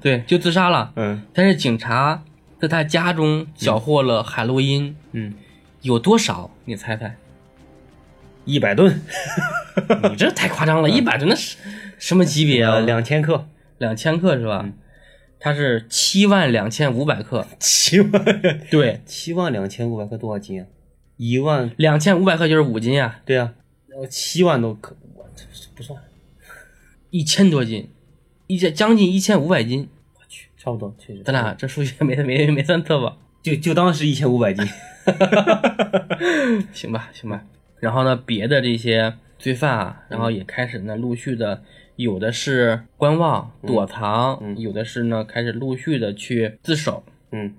[SPEAKER 2] 对，就自杀了。
[SPEAKER 1] 嗯
[SPEAKER 2] 但是警察在他家中缴获了海洛因，
[SPEAKER 1] 嗯，
[SPEAKER 2] 有多少？你猜猜？
[SPEAKER 1] 一百吨，
[SPEAKER 2] 你这太夸张了，一百真的是什么级别啊？
[SPEAKER 1] 呃两千克，
[SPEAKER 2] 两千克是吧？它是七万两千五百克，
[SPEAKER 1] 七万，
[SPEAKER 2] 对，
[SPEAKER 1] 七万两千五百克多少斤啊？一万，
[SPEAKER 2] 两千五百克就是五斤啊，
[SPEAKER 1] 对啊，呃七万多克，我这这不算，
[SPEAKER 2] 一千多斤，一千将近一千五百斤。
[SPEAKER 1] 差不多，确实。
[SPEAKER 2] 咱俩这数学没没没算错吧？
[SPEAKER 1] 就就当是一千五百斤，
[SPEAKER 2] 行吧，行吧。然后呢，别的这些罪犯啊，然后也开始呢陆续的，有的是观望躲藏，有的是呢开始陆续的去自首。
[SPEAKER 1] 嗯，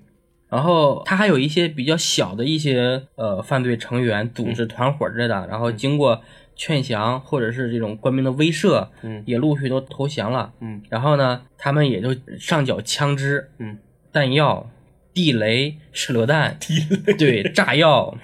[SPEAKER 2] 然后他还有一些比较小的一些呃犯罪成员组织团伙之类的，然后经过劝降或者是这种官兵的威慑，
[SPEAKER 1] 嗯
[SPEAKER 2] 也陆续都投降了。
[SPEAKER 1] 嗯，
[SPEAKER 2] 然后呢，他们也就上缴枪支、
[SPEAKER 1] 嗯、
[SPEAKER 2] 弹药、地雷、手榴弹、地雷对炸药、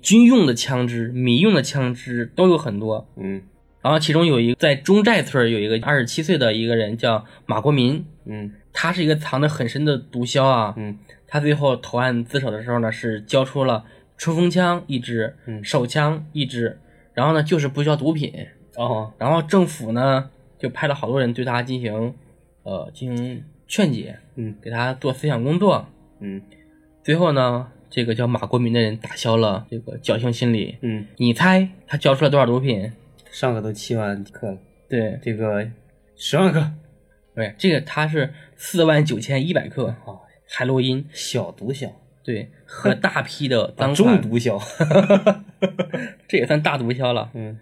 [SPEAKER 2] 军用的枪支、民用的枪支都有很多。
[SPEAKER 1] 嗯
[SPEAKER 2] 然后其中有一个在中寨村儿有一个二十七岁的一个人叫马国民，
[SPEAKER 1] 嗯
[SPEAKER 2] 他是一个藏得很深的毒枭啊。
[SPEAKER 1] 嗯，
[SPEAKER 2] 他最后投案自首的时候呢，是交出了冲锋枪一支，
[SPEAKER 1] 嗯
[SPEAKER 2] 手枪一支，然后呢就是不需要毒品。
[SPEAKER 1] 哦，
[SPEAKER 2] 然后政府呢就派了好多人对他进行，呃，进行劝解，
[SPEAKER 1] 嗯，
[SPEAKER 2] 给他做思想工作。
[SPEAKER 1] 嗯
[SPEAKER 2] 最后呢，这个叫马国民的人打消了这个侥幸心理。
[SPEAKER 1] 嗯，
[SPEAKER 2] 你猜他交出了多少毒品？
[SPEAKER 1] 上个都七万克了，
[SPEAKER 2] 对
[SPEAKER 1] 这个十万克，
[SPEAKER 2] 对，这个他是四万九千一百克
[SPEAKER 1] 哦
[SPEAKER 2] 海洛因，
[SPEAKER 1] 小毒枭，
[SPEAKER 2] 对，和大批的
[SPEAKER 1] 啊
[SPEAKER 2] 赃
[SPEAKER 1] 中
[SPEAKER 2] 款，
[SPEAKER 1] 毒枭，
[SPEAKER 2] 这也算大毒枭了。
[SPEAKER 1] 嗯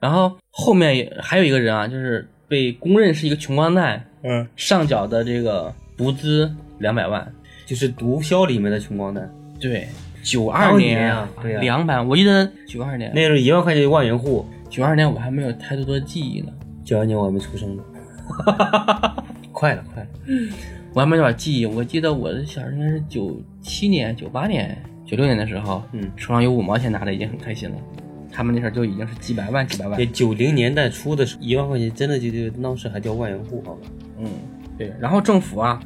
[SPEAKER 2] 然后后面也还有一个人啊，就是被公认是一个穷光蛋，
[SPEAKER 1] 嗯，
[SPEAKER 2] 上缴的这个毒资两百万，
[SPEAKER 1] 就是毒枭里面的穷光蛋，
[SPEAKER 2] 对，九
[SPEAKER 1] 当
[SPEAKER 2] 二
[SPEAKER 1] 年
[SPEAKER 2] 年
[SPEAKER 1] 啊对啊
[SPEAKER 2] 两百、我记得九二年，
[SPEAKER 1] 那时候一万块钱万元户，
[SPEAKER 2] 九二年我还没有太多的记忆呢，
[SPEAKER 1] 九二年我还没出生呢， 快了快了，
[SPEAKER 2] 我还没多少记忆。我记得我的小时候应该是九七年、九八年、九六年的时候，
[SPEAKER 1] 嗯
[SPEAKER 2] 手上有五毛钱拿的已经很开心了。他们那时候就已经是几百万、几百万
[SPEAKER 1] 这，九零年代初的时候一万块钱真的就就当时还叫万元户好吧？
[SPEAKER 2] 嗯，对。然后政府啊，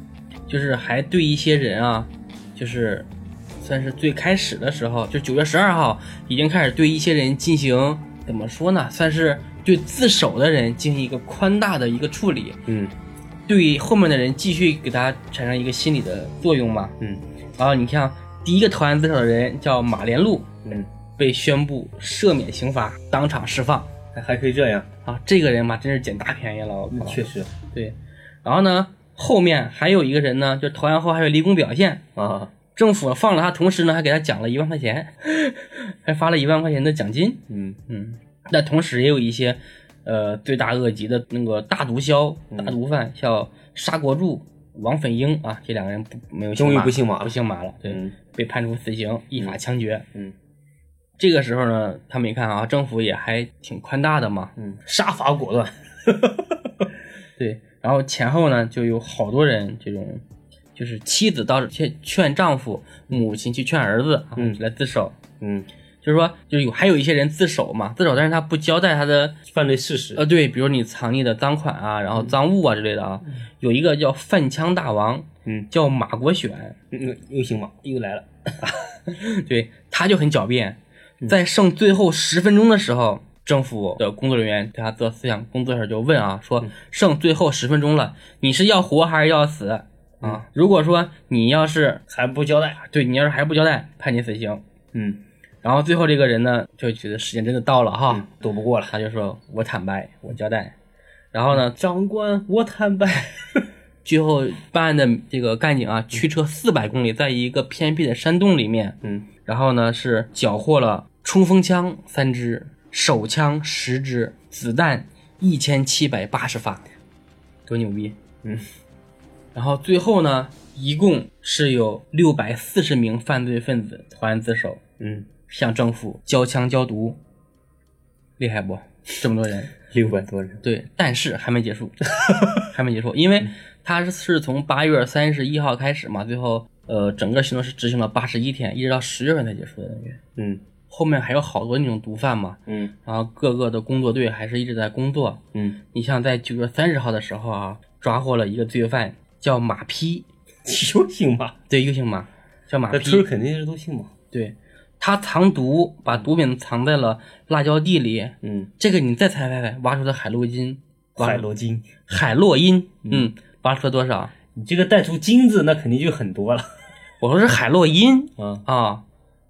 [SPEAKER 2] 就是还对一些人啊，就是算是最开始的时候，就九月十二号已经开始对一些人进行怎么说呢，算是对自首的人进行一个宽大的一个处理，
[SPEAKER 1] 嗯
[SPEAKER 2] 对后面的人继续给他产生一个心理的作用嘛。
[SPEAKER 1] 嗯
[SPEAKER 2] 然后你看啊，第一个投案自首的人叫马连禄，
[SPEAKER 1] 嗯，
[SPEAKER 2] 被宣布赦免刑罚，当场释放。
[SPEAKER 1] 还还可以这样，
[SPEAKER 2] 啊，这个人嘛，真是捡大便宜了，我靠！
[SPEAKER 1] 确实
[SPEAKER 2] 对，然后呢，后面还有一个人呢，就投案后还有立功表现，
[SPEAKER 1] 啊，
[SPEAKER 2] 政府放了他，同时呢还给他奖了一万块钱， 还发了一万块钱的奖金。
[SPEAKER 1] 嗯
[SPEAKER 2] 嗯，那同时也有一些，呃，罪大恶极的那个大毒枭、
[SPEAKER 1] 嗯
[SPEAKER 2] 大毒贩，像沙国柱、王粉英啊，这两个人不没有
[SPEAKER 1] 终于
[SPEAKER 2] 马
[SPEAKER 1] 不姓马了
[SPEAKER 2] 不姓马了，对，
[SPEAKER 1] 嗯
[SPEAKER 2] 被判处死刑，依法枪决。
[SPEAKER 1] 嗯
[SPEAKER 2] 这个时候呢，他们一看啊，政府也还挺宽大的嘛，
[SPEAKER 1] 嗯，
[SPEAKER 2] 杀伐果 断。对，然后前后呢就有好多人这种，就是妻子到劝劝丈夫，母亲去劝儿子啊，
[SPEAKER 1] 嗯
[SPEAKER 2] 来自首。
[SPEAKER 1] 嗯，
[SPEAKER 2] 就是说，就是有还有一些人自首嘛，自首，但是他不交代他的
[SPEAKER 1] 犯罪事实
[SPEAKER 2] 呃，对，比如你藏匿的赃款啊，然后赃物啊之类的啊，有一个叫贩枪大王，
[SPEAKER 1] 嗯，
[SPEAKER 2] 叫马国选，
[SPEAKER 1] 嗯，又姓马又来了，
[SPEAKER 2] 对，他就很狡辩，
[SPEAKER 1] 嗯
[SPEAKER 2] 在剩最后十分钟的时候，政府的工作人员对他做思想工作的时候就问啊，
[SPEAKER 1] 嗯
[SPEAKER 2] 说剩最后十分钟了，你是要活还是要死
[SPEAKER 1] 嗯
[SPEAKER 2] 啊？如果说你要是
[SPEAKER 1] 还不交代，啊
[SPEAKER 2] 对你要是还不交代，判你死刑。
[SPEAKER 1] 嗯，
[SPEAKER 2] 然后最后这个人呢，就觉得时间真的到了哈，
[SPEAKER 1] 嗯躲不过了，
[SPEAKER 2] 他就说我坦白，我交代。然后呢，
[SPEAKER 1] 长官，我坦白，
[SPEAKER 2] 最后办案的这个干警啊，驱车四百公里，在一个偏僻的山洞里面，
[SPEAKER 1] 嗯
[SPEAKER 2] 然后呢是缴获了冲锋枪三支、手枪十支、子弹一千七百八十发，多牛逼！
[SPEAKER 1] 嗯，
[SPEAKER 2] 然后最后呢，一共是有六百四十名犯罪分子投案自首，
[SPEAKER 1] 嗯，
[SPEAKER 2] 向政府交枪交毒，厉害不？这么多人，
[SPEAKER 1] 六百多人，
[SPEAKER 2] 对，但是还没结束， 还没结束，因为他是是从八月三十一号开始嘛，最后呃整个行动是执行了八十一天，一直到十月份才结束的，等于
[SPEAKER 1] 嗯
[SPEAKER 2] 后面还有好多那种毒贩嘛，
[SPEAKER 1] 嗯
[SPEAKER 2] 然后各个的工作队还是一直在工作。
[SPEAKER 1] 嗯，
[SPEAKER 2] 你像在九月三十号的时候啊，抓获了一个罪犯叫马匹，
[SPEAKER 1] 又姓马，
[SPEAKER 2] 对，又姓马，叫马
[SPEAKER 1] 那村
[SPEAKER 2] 匹
[SPEAKER 1] 儿，肯定是都姓马，
[SPEAKER 2] 对，他藏毒，把毒品藏在了辣椒地里。
[SPEAKER 1] 嗯，
[SPEAKER 2] 这个你再猜猜猜，挖出的海洛因，挖
[SPEAKER 1] 海洛金，
[SPEAKER 2] 海洛因，嗯，挖出了多少？
[SPEAKER 1] 你这个带出金字，那肯定就很多了
[SPEAKER 2] 我说是海洛因
[SPEAKER 1] 啊，
[SPEAKER 2] 啊，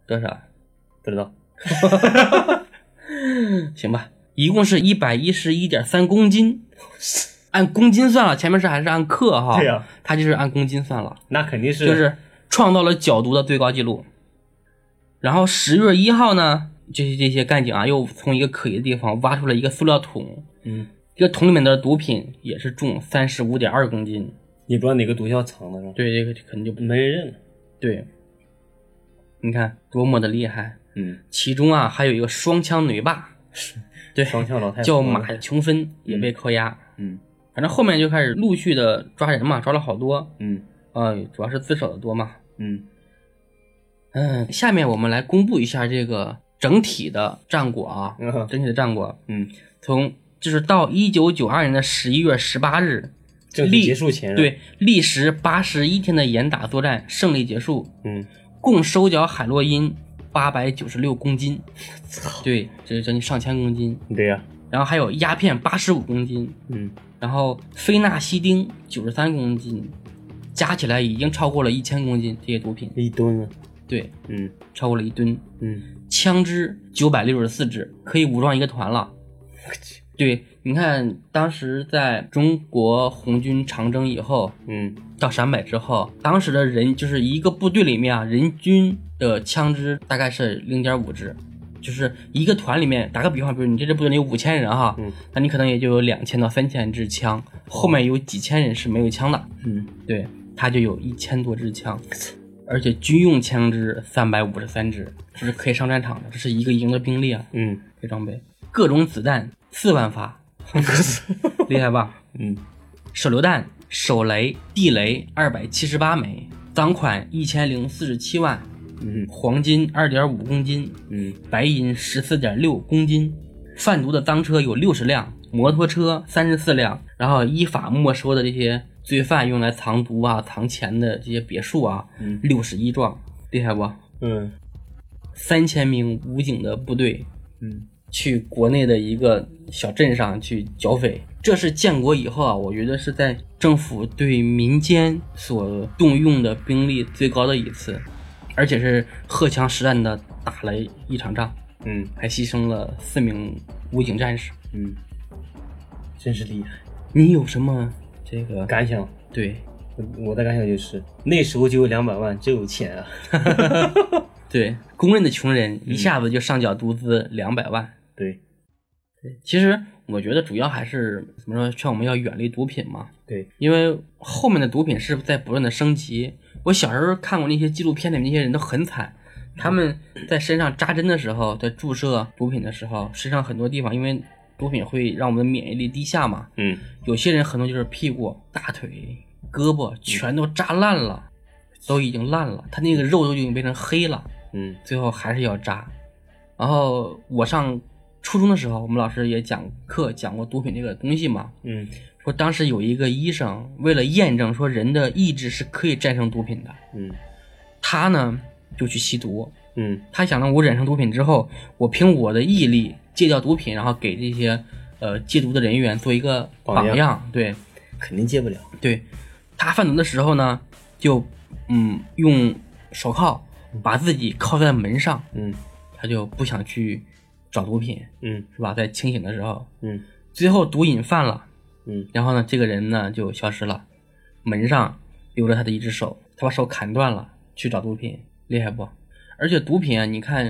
[SPEAKER 2] 多少？
[SPEAKER 1] 不知道，
[SPEAKER 2] 行吧，一共是一百一十一点三公斤， 按公斤算了，前面是还是按克哈？
[SPEAKER 1] 对呀
[SPEAKER 2] 他就是按公斤算了，
[SPEAKER 1] 那肯定是
[SPEAKER 2] 就是创造了角毒的最高纪录。然后十月一号呢，这些这些干警啊，又从一个可疑的地方挖出了一个塑料桶，
[SPEAKER 1] 嗯，
[SPEAKER 2] 这个桶里面的毒品也是重三十五点二公斤。
[SPEAKER 1] 也不知道哪个毒枭藏的是吧？
[SPEAKER 2] 对，这个肯定就不
[SPEAKER 1] 没人认了。
[SPEAKER 2] 对。你看多么的厉害，
[SPEAKER 1] 嗯，
[SPEAKER 2] 其中啊还有一个双枪女霸，对，
[SPEAKER 1] 双枪老太婆
[SPEAKER 2] 叫马琼芬也被扣押。
[SPEAKER 1] 嗯
[SPEAKER 2] 反正后面就开始陆续的抓人嘛，抓了好多，
[SPEAKER 1] 嗯
[SPEAKER 2] 呃，主要是自首的多嘛。
[SPEAKER 1] 嗯
[SPEAKER 2] 嗯，下面我们来公布一下这个整体的战果啊，
[SPEAKER 1] 嗯
[SPEAKER 2] 整体的战果，
[SPEAKER 1] 嗯，
[SPEAKER 2] 从就是到一九九二年的十一月十八日，
[SPEAKER 1] 正式
[SPEAKER 2] 历
[SPEAKER 1] 结束前是吧，
[SPEAKER 2] 对，历时八十一天的严打作战胜利结束，
[SPEAKER 1] 嗯，
[SPEAKER 2] 共收缴海洛因八百九十六公斤，对，这是将近上千公斤，
[SPEAKER 1] 对呀、
[SPEAKER 2] 然后还有鸦片八十五公斤，
[SPEAKER 1] 嗯，
[SPEAKER 2] 然后非那西汀九十三公斤，加起来已经超过了一千公斤这些毒品，
[SPEAKER 1] 一吨啊，
[SPEAKER 2] 对，
[SPEAKER 1] 嗯
[SPEAKER 2] 超过了一吨。
[SPEAKER 1] 嗯，
[SPEAKER 2] 枪支九百六十四支，可以武装一个团了。对，你看当时在中国红军长征以后，
[SPEAKER 1] 嗯，
[SPEAKER 2] 到陕北之后，当时的人就是一个部队里面啊，人均的枪支大概是零点五支。就是一个团里面，打个比方，比如你这支部队里有五千人哈，
[SPEAKER 1] 嗯
[SPEAKER 2] 那你可能也就有两千到三千支枪，后面有几千人是没有枪的，
[SPEAKER 1] 嗯，
[SPEAKER 2] 对，他就有一千多支枪，而且军用枪支三百五十三支，这是可以上战场的，这是一个营的兵力啊，
[SPEAKER 1] 嗯
[SPEAKER 2] 这装备，各种子弹四万发，厉害吧？
[SPEAKER 1] 嗯，
[SPEAKER 2] 手榴弹、手雷、地雷二百七十八枚，赃款一千零四十七万，
[SPEAKER 1] 嗯
[SPEAKER 2] 黄金二点五公斤，
[SPEAKER 1] 嗯
[SPEAKER 2] 白银十四点六公斤，贩毒的赃车有六十辆，摩托车三十四辆，然后依法没收的这些罪犯用来藏毒啊、藏钱的这些别墅啊，
[SPEAKER 1] 嗯
[SPEAKER 2] 六十一幢，厉害不？
[SPEAKER 1] 嗯
[SPEAKER 2] 三千名武警的部队
[SPEAKER 1] 嗯，
[SPEAKER 2] 去国内的一个小镇上去剿匪，这是建国以后啊，我觉得是在政府对民间所动用的兵力最高的一次，而且是荷枪实弹的打了一场仗。
[SPEAKER 1] 嗯
[SPEAKER 2] 还牺牲了四名武警战士。
[SPEAKER 1] 嗯，真是厉害。
[SPEAKER 2] 你有什么这个？
[SPEAKER 1] 感想，
[SPEAKER 2] 对
[SPEAKER 1] 我的感想就是那时候就有两百万，真有钱啊。
[SPEAKER 2] 对，公认的穷人一下子就上缴毒资两百万。
[SPEAKER 1] 对
[SPEAKER 2] 其实我觉得主要还是怎么说，劝我们要远离毒品嘛，
[SPEAKER 1] 对，
[SPEAKER 2] 因为后面的毒品是在不断的升级。我小时候看过那些纪录片里面那些人都很惨。他们在身上扎针的时候，在注射毒品的时候，身上很多地方，因为毒品会让我们的免疫力低下嘛，
[SPEAKER 1] 嗯，
[SPEAKER 2] 有些人很多就是屁股、大腿、胳膊全都扎烂了，都已经烂了，他那个肉都已经变成黑了，
[SPEAKER 1] 嗯
[SPEAKER 2] 最后还是要扎。然后我上初中的时候，我们老师也讲课讲过毒品这个东西嘛，
[SPEAKER 1] 嗯
[SPEAKER 2] 说当时有一个医生为了验证说人的意志是可以战胜毒品的，
[SPEAKER 1] 嗯
[SPEAKER 2] 他呢就去吸毒，
[SPEAKER 1] 嗯
[SPEAKER 2] 他想呢，我染上毒品之后，我凭我的毅力戒掉毒品，然后给这些呃戒毒的人员做一个
[SPEAKER 1] 榜样
[SPEAKER 2] 榜样对。
[SPEAKER 1] 肯定戒不了。
[SPEAKER 2] 对，他贩毒的时候呢，就嗯用手铐把自己铐在门上，
[SPEAKER 1] 嗯
[SPEAKER 2] 他就不想去找毒品，
[SPEAKER 1] 嗯
[SPEAKER 2] 是吧？在清醒的时候，
[SPEAKER 1] 嗯
[SPEAKER 2] 最后毒瘾犯了，
[SPEAKER 1] 嗯
[SPEAKER 2] 然后呢，这个人呢就消失了，门上留着他的一只手，他把手砍断了去找毒品，厉害不？而且毒品啊，你看，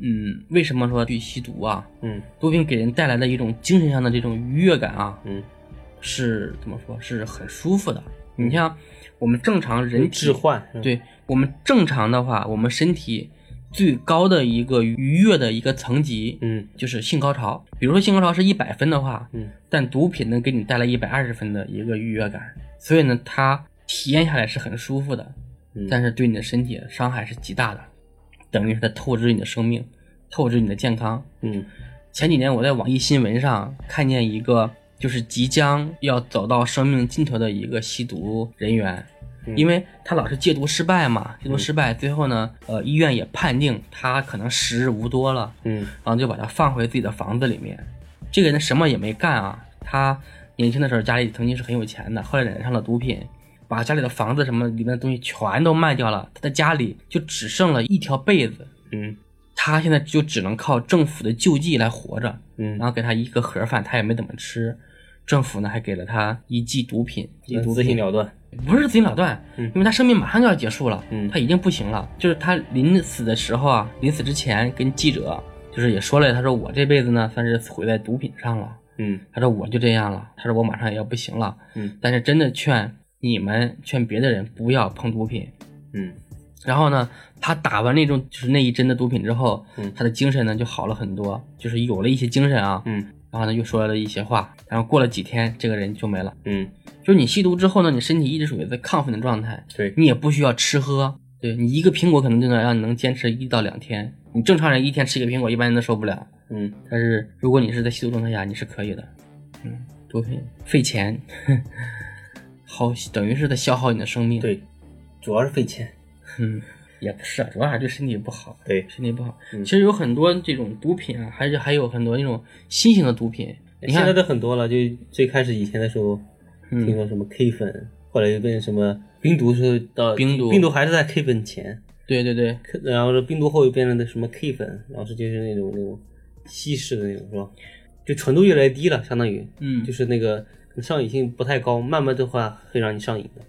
[SPEAKER 2] 嗯，为什么说去吸毒啊？
[SPEAKER 1] 嗯
[SPEAKER 2] 毒品给人带来的一种精神上的这种愉悦感啊，
[SPEAKER 1] 嗯，
[SPEAKER 2] 是怎么说？是很舒服的。你像我们正常人体
[SPEAKER 1] 置，换。嗯，
[SPEAKER 2] 对我们正常的话，我们身体最高的一个愉悦的一个层级，
[SPEAKER 1] 嗯
[SPEAKER 2] 就是性高潮。比如说性高潮是一百分的话，
[SPEAKER 1] 嗯，
[SPEAKER 2] 但毒品能给你带来一百二十分的一个愉悦感，所以呢，它体验下来是很舒服的，
[SPEAKER 1] 嗯
[SPEAKER 2] 但是对你的身体伤害是极大的，等于是在透支你的生命，透支你的健康。
[SPEAKER 1] 嗯
[SPEAKER 2] 前几年我在网易新闻上看见一个，就是即将要走到生命尽头的一个吸毒人员，
[SPEAKER 1] 嗯
[SPEAKER 2] 因为他老是戒毒失败嘛，戒毒失败，最后呢，呃，医院也判定他可能时日无多了，
[SPEAKER 1] 嗯
[SPEAKER 2] 然后就把他放回自己的房子里面。这个人什么也没干啊，他年轻的时候家里曾经是很有钱的，后来染上了毒品，把家里的房子什么里面的东西全都卖掉了，他的家里就只剩了一条被子。
[SPEAKER 1] 嗯
[SPEAKER 2] 他现在就只能靠政府的救济来活着，
[SPEAKER 1] 嗯
[SPEAKER 2] 然后给他一个盒饭，他也没怎么吃。政府呢还给了他一剂毒品，一剂毒
[SPEAKER 1] 自行
[SPEAKER 2] 品
[SPEAKER 1] 了断。
[SPEAKER 2] 不是自行了断，
[SPEAKER 1] 嗯
[SPEAKER 2] 因为他生命马上就要结束了，
[SPEAKER 1] 嗯
[SPEAKER 2] 他已经不行了。就是他临死的时候啊，临死之前跟记者就是也说了，他说我这辈子呢算是毁在毒品上了。
[SPEAKER 1] 嗯
[SPEAKER 2] 他说我就这样了，他说我马上也要不行了。
[SPEAKER 1] 嗯，
[SPEAKER 2] 但是真的劝你们劝别的人不要碰毒品。
[SPEAKER 1] 嗯
[SPEAKER 2] 然后呢，他打完那种就是那一针的毒品之后，
[SPEAKER 1] 嗯
[SPEAKER 2] 他的精神呢就好了很多，就是有了一些精神啊。
[SPEAKER 1] 嗯
[SPEAKER 2] 然后呢又说了一些话，然后过了几天，这个人就没了。
[SPEAKER 1] 嗯，
[SPEAKER 2] 就是你吸毒之后呢，你身体一直属于在亢奋的状态，
[SPEAKER 1] 对
[SPEAKER 2] 你也不需要吃喝，对你一个苹果可能就能让你能坚持一到两天。你正常人一天吃一个苹果，一般人都受不了。
[SPEAKER 1] 嗯，
[SPEAKER 2] 但是如果你是在吸毒状态下，你是可以的。嗯，毒品费钱，耗等于是在消耗你的生命。，
[SPEAKER 1] 对，主要是费钱。
[SPEAKER 2] 嗯，也不是啊，主要还是对身体不好。
[SPEAKER 1] 对，
[SPEAKER 2] 身体不好，
[SPEAKER 1] 嗯
[SPEAKER 2] 其实有很多这种毒品啊，还是还有很多那种新型的毒品。你
[SPEAKER 1] 现在
[SPEAKER 2] 看，
[SPEAKER 1] 都很多了，就最开始以前的时候，听
[SPEAKER 2] 嗯，
[SPEAKER 1] 说什么 K 粉，后来又变成什么冰毒是到
[SPEAKER 2] 冰毒
[SPEAKER 1] 冰毒还是在 K 粉前，
[SPEAKER 2] 对对对，
[SPEAKER 1] K- 然后是冰毒后又变成的什么 K 粉，然后是就是那种那种稀释的那种是吧？就纯度越来越低了，相当于
[SPEAKER 2] 嗯，
[SPEAKER 1] 就是那个上瘾性不太高，慢慢的话会让你上瘾的。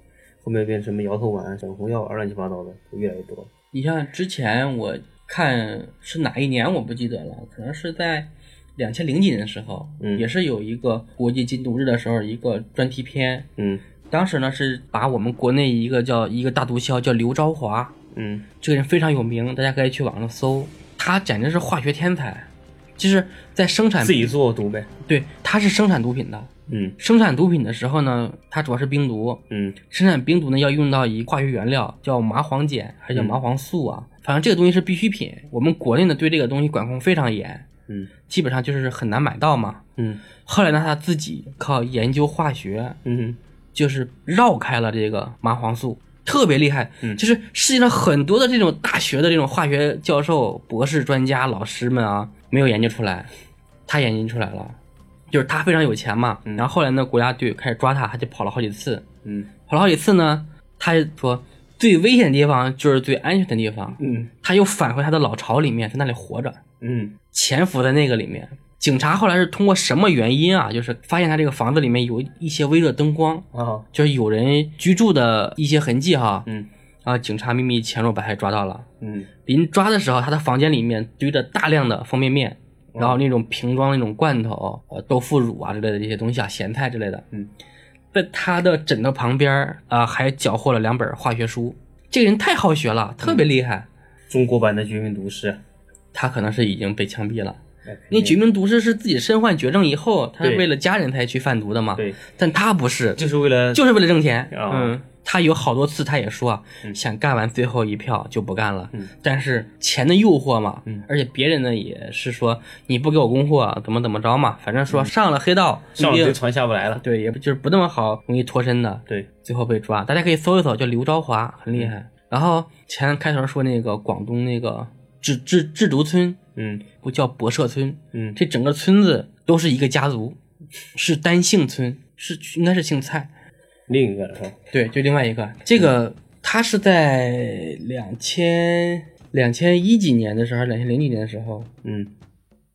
[SPEAKER 1] 后面变成什么摇头丸、整红药丸，啊乱七八糟的就越来越多了。
[SPEAKER 2] 你像之前我看是哪一年我不记得了，可能是在两千零几年的时候，
[SPEAKER 1] 嗯
[SPEAKER 2] 也是有一个国际禁毒日的时候一个专题片，
[SPEAKER 1] 嗯
[SPEAKER 2] 当时呢是把我们国内一个叫一个大毒枭叫刘昭华，
[SPEAKER 1] 嗯
[SPEAKER 2] 这个人非常有名，大家可以去网上搜，他简直是化学天才，就是在生产
[SPEAKER 1] 自己做毒呗。
[SPEAKER 2] 对他是生产毒品的，
[SPEAKER 1] 嗯
[SPEAKER 2] 生产毒品的时候呢，它主要是冰毒，
[SPEAKER 1] 嗯
[SPEAKER 2] 生产冰毒呢要用到一化学原料，叫麻黄碱还是叫麻黄素
[SPEAKER 1] 嗯
[SPEAKER 2] 啊？反正这个东西是必需品。我们国内呢对这个东西管控非常严，
[SPEAKER 1] 嗯
[SPEAKER 2] 基本上就是很难买到嘛。
[SPEAKER 1] 嗯
[SPEAKER 2] 后来呢，他自己靠研究化学，
[SPEAKER 1] 嗯
[SPEAKER 2] 就是绕开了这个麻黄素，特别厉害。
[SPEAKER 1] 嗯
[SPEAKER 2] 就是世界上很多的这种大学的这种化学教授、博士、专家、老师们啊，没有研究出来，他研究出来了。就是他非常有钱嘛，
[SPEAKER 1] 嗯
[SPEAKER 2] 然后后来呢，国家队开始抓他，他就跑了好几次。
[SPEAKER 1] 嗯
[SPEAKER 2] 跑了好几次呢，他说最危险的地方就是最安全的地方，
[SPEAKER 1] 嗯
[SPEAKER 2] 他又返回他的老巢里面，在那里活着，
[SPEAKER 1] 嗯
[SPEAKER 2] 潜伏在那个里面。警察后来是通过什么原因啊？就是发现他这个房子里面有一些微弱灯光，
[SPEAKER 1] 啊
[SPEAKER 2] 就是有人居住的一些痕迹哈。
[SPEAKER 1] 嗯
[SPEAKER 2] 然后警察秘密潜入把他抓到了。
[SPEAKER 1] 嗯
[SPEAKER 2] 临抓的时候，他的房间里面堆着大量的方便面，
[SPEAKER 1] 嗯
[SPEAKER 2] 然后那种瓶装那种罐头、呃豆腐乳啊之类的这些东西啊，咸菜之类的。
[SPEAKER 1] 嗯，
[SPEAKER 2] 在他的枕头旁边儿啊、还缴获了两本化学书。这个人太好学了，特别厉
[SPEAKER 1] 嗯
[SPEAKER 2] 害。
[SPEAKER 1] 中国版的《绝命毒师》啊
[SPEAKER 2] 他可能是已经被枪毙了。
[SPEAKER 1] 哎，
[SPEAKER 2] 因为绝命毒师是自己身患绝症以后，他是
[SPEAKER 1] 对
[SPEAKER 2] 为了家人才去贩毒的嘛。
[SPEAKER 1] 对，
[SPEAKER 2] 但他不是，
[SPEAKER 1] 就是为了
[SPEAKER 2] 啊就是为了挣钱。
[SPEAKER 1] 啊
[SPEAKER 2] 嗯，他有好多次他也说啊，
[SPEAKER 1] 嗯
[SPEAKER 2] 想干完最后一票就不干了。
[SPEAKER 1] 嗯
[SPEAKER 2] 但是钱的诱惑嘛，
[SPEAKER 1] 嗯
[SPEAKER 2] 而且别人呢也是说你不给我供货怎么怎么着嘛，反正说上了黑道，
[SPEAKER 1] 嗯上了
[SPEAKER 2] 一定
[SPEAKER 1] 贼船下不来了。
[SPEAKER 2] 对，也不就是不那么好容易脱身的，
[SPEAKER 1] 对，
[SPEAKER 2] 最后被抓。大家可以搜一搜，叫刘昭华，很厉
[SPEAKER 1] 嗯
[SPEAKER 2] 害。然后前开头说那个广东那个制制制毒村，
[SPEAKER 1] 嗯
[SPEAKER 2] 不叫博社村，
[SPEAKER 1] 嗯
[SPEAKER 2] 这整个村子都是一个家族，是单姓村，是应该是姓蔡。
[SPEAKER 1] 另一个是吧？
[SPEAKER 2] 对，就另外一个，这个他是在两千两千一几年的时候，两千零几年的时候
[SPEAKER 1] 嗯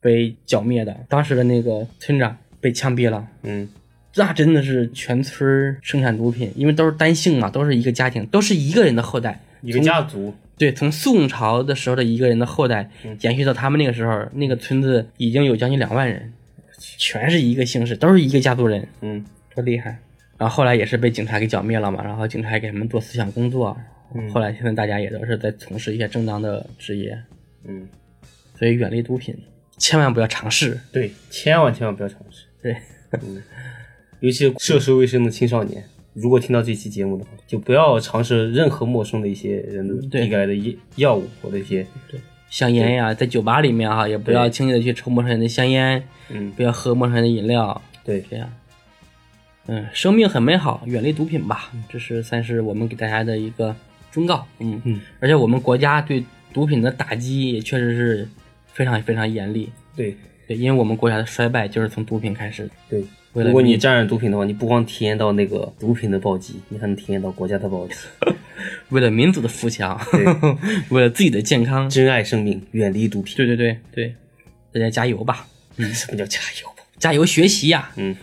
[SPEAKER 2] 被剿灭的。当时的那个村长被枪毙了，
[SPEAKER 1] 嗯
[SPEAKER 2] 那真的是全村儿生产毒品，因为都是单姓嘛，都是一个家庭，都是一个人的后代。
[SPEAKER 1] 一个家族。
[SPEAKER 2] 对，从宋朝的时候的一个人的后代
[SPEAKER 1] 嗯
[SPEAKER 2] 延续到他们那个时候，那个村子已经有将近两万人，全是一个姓氏，都是一个家族人。
[SPEAKER 1] 嗯
[SPEAKER 2] 多厉害！然后后来也是被警察给剿灭了嘛，然后警察还给他们做思想工作。
[SPEAKER 1] 嗯
[SPEAKER 2] 后来现在大家也都是在从事一些正当的职业，
[SPEAKER 1] 嗯，
[SPEAKER 2] 所以远离毒品，千万不要尝试。
[SPEAKER 1] 对，千万千万不要尝试，嗯
[SPEAKER 2] 对，
[SPEAKER 1] 尤其是涉世未深的青少年。如果听到这期节目的话，就不要尝试任何陌生的一些人的
[SPEAKER 2] 对
[SPEAKER 1] 递给来的药药物或者一些，
[SPEAKER 2] 香烟呀、在酒吧里面哈、也不要轻易的去抽陌生人的香烟，
[SPEAKER 1] 嗯，
[SPEAKER 2] 不要喝陌生人的饮料，
[SPEAKER 1] 对，
[SPEAKER 2] 这样。嗯，生命很美好，远离毒品吧，这是算是我们给大家的一个忠告。嗯
[SPEAKER 1] 嗯，
[SPEAKER 2] 而且我们国家对毒品的打击也确实是非常非常严厉。
[SPEAKER 1] 对
[SPEAKER 2] 对，因为我们国家的衰败就是从毒品开始的。
[SPEAKER 1] 对，
[SPEAKER 2] 为了
[SPEAKER 1] 如果你
[SPEAKER 2] 避
[SPEAKER 1] 沾染毒品的话，你不光体验到那个毒品的暴击，你还能体验到国家的暴击。
[SPEAKER 2] 为了民族的富强
[SPEAKER 1] 对，
[SPEAKER 2] 为了自己的健康，
[SPEAKER 1] 珍爱生命，远离毒品。
[SPEAKER 2] 对对对对，大家加油吧，
[SPEAKER 1] 什么叫加油吧？
[SPEAKER 2] 加油学习呀、
[SPEAKER 1] 嗯，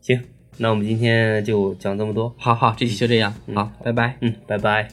[SPEAKER 1] 行，那我们今天就讲这么多。
[SPEAKER 2] 好好，这期就这样，好，拜拜。
[SPEAKER 1] 嗯，拜拜。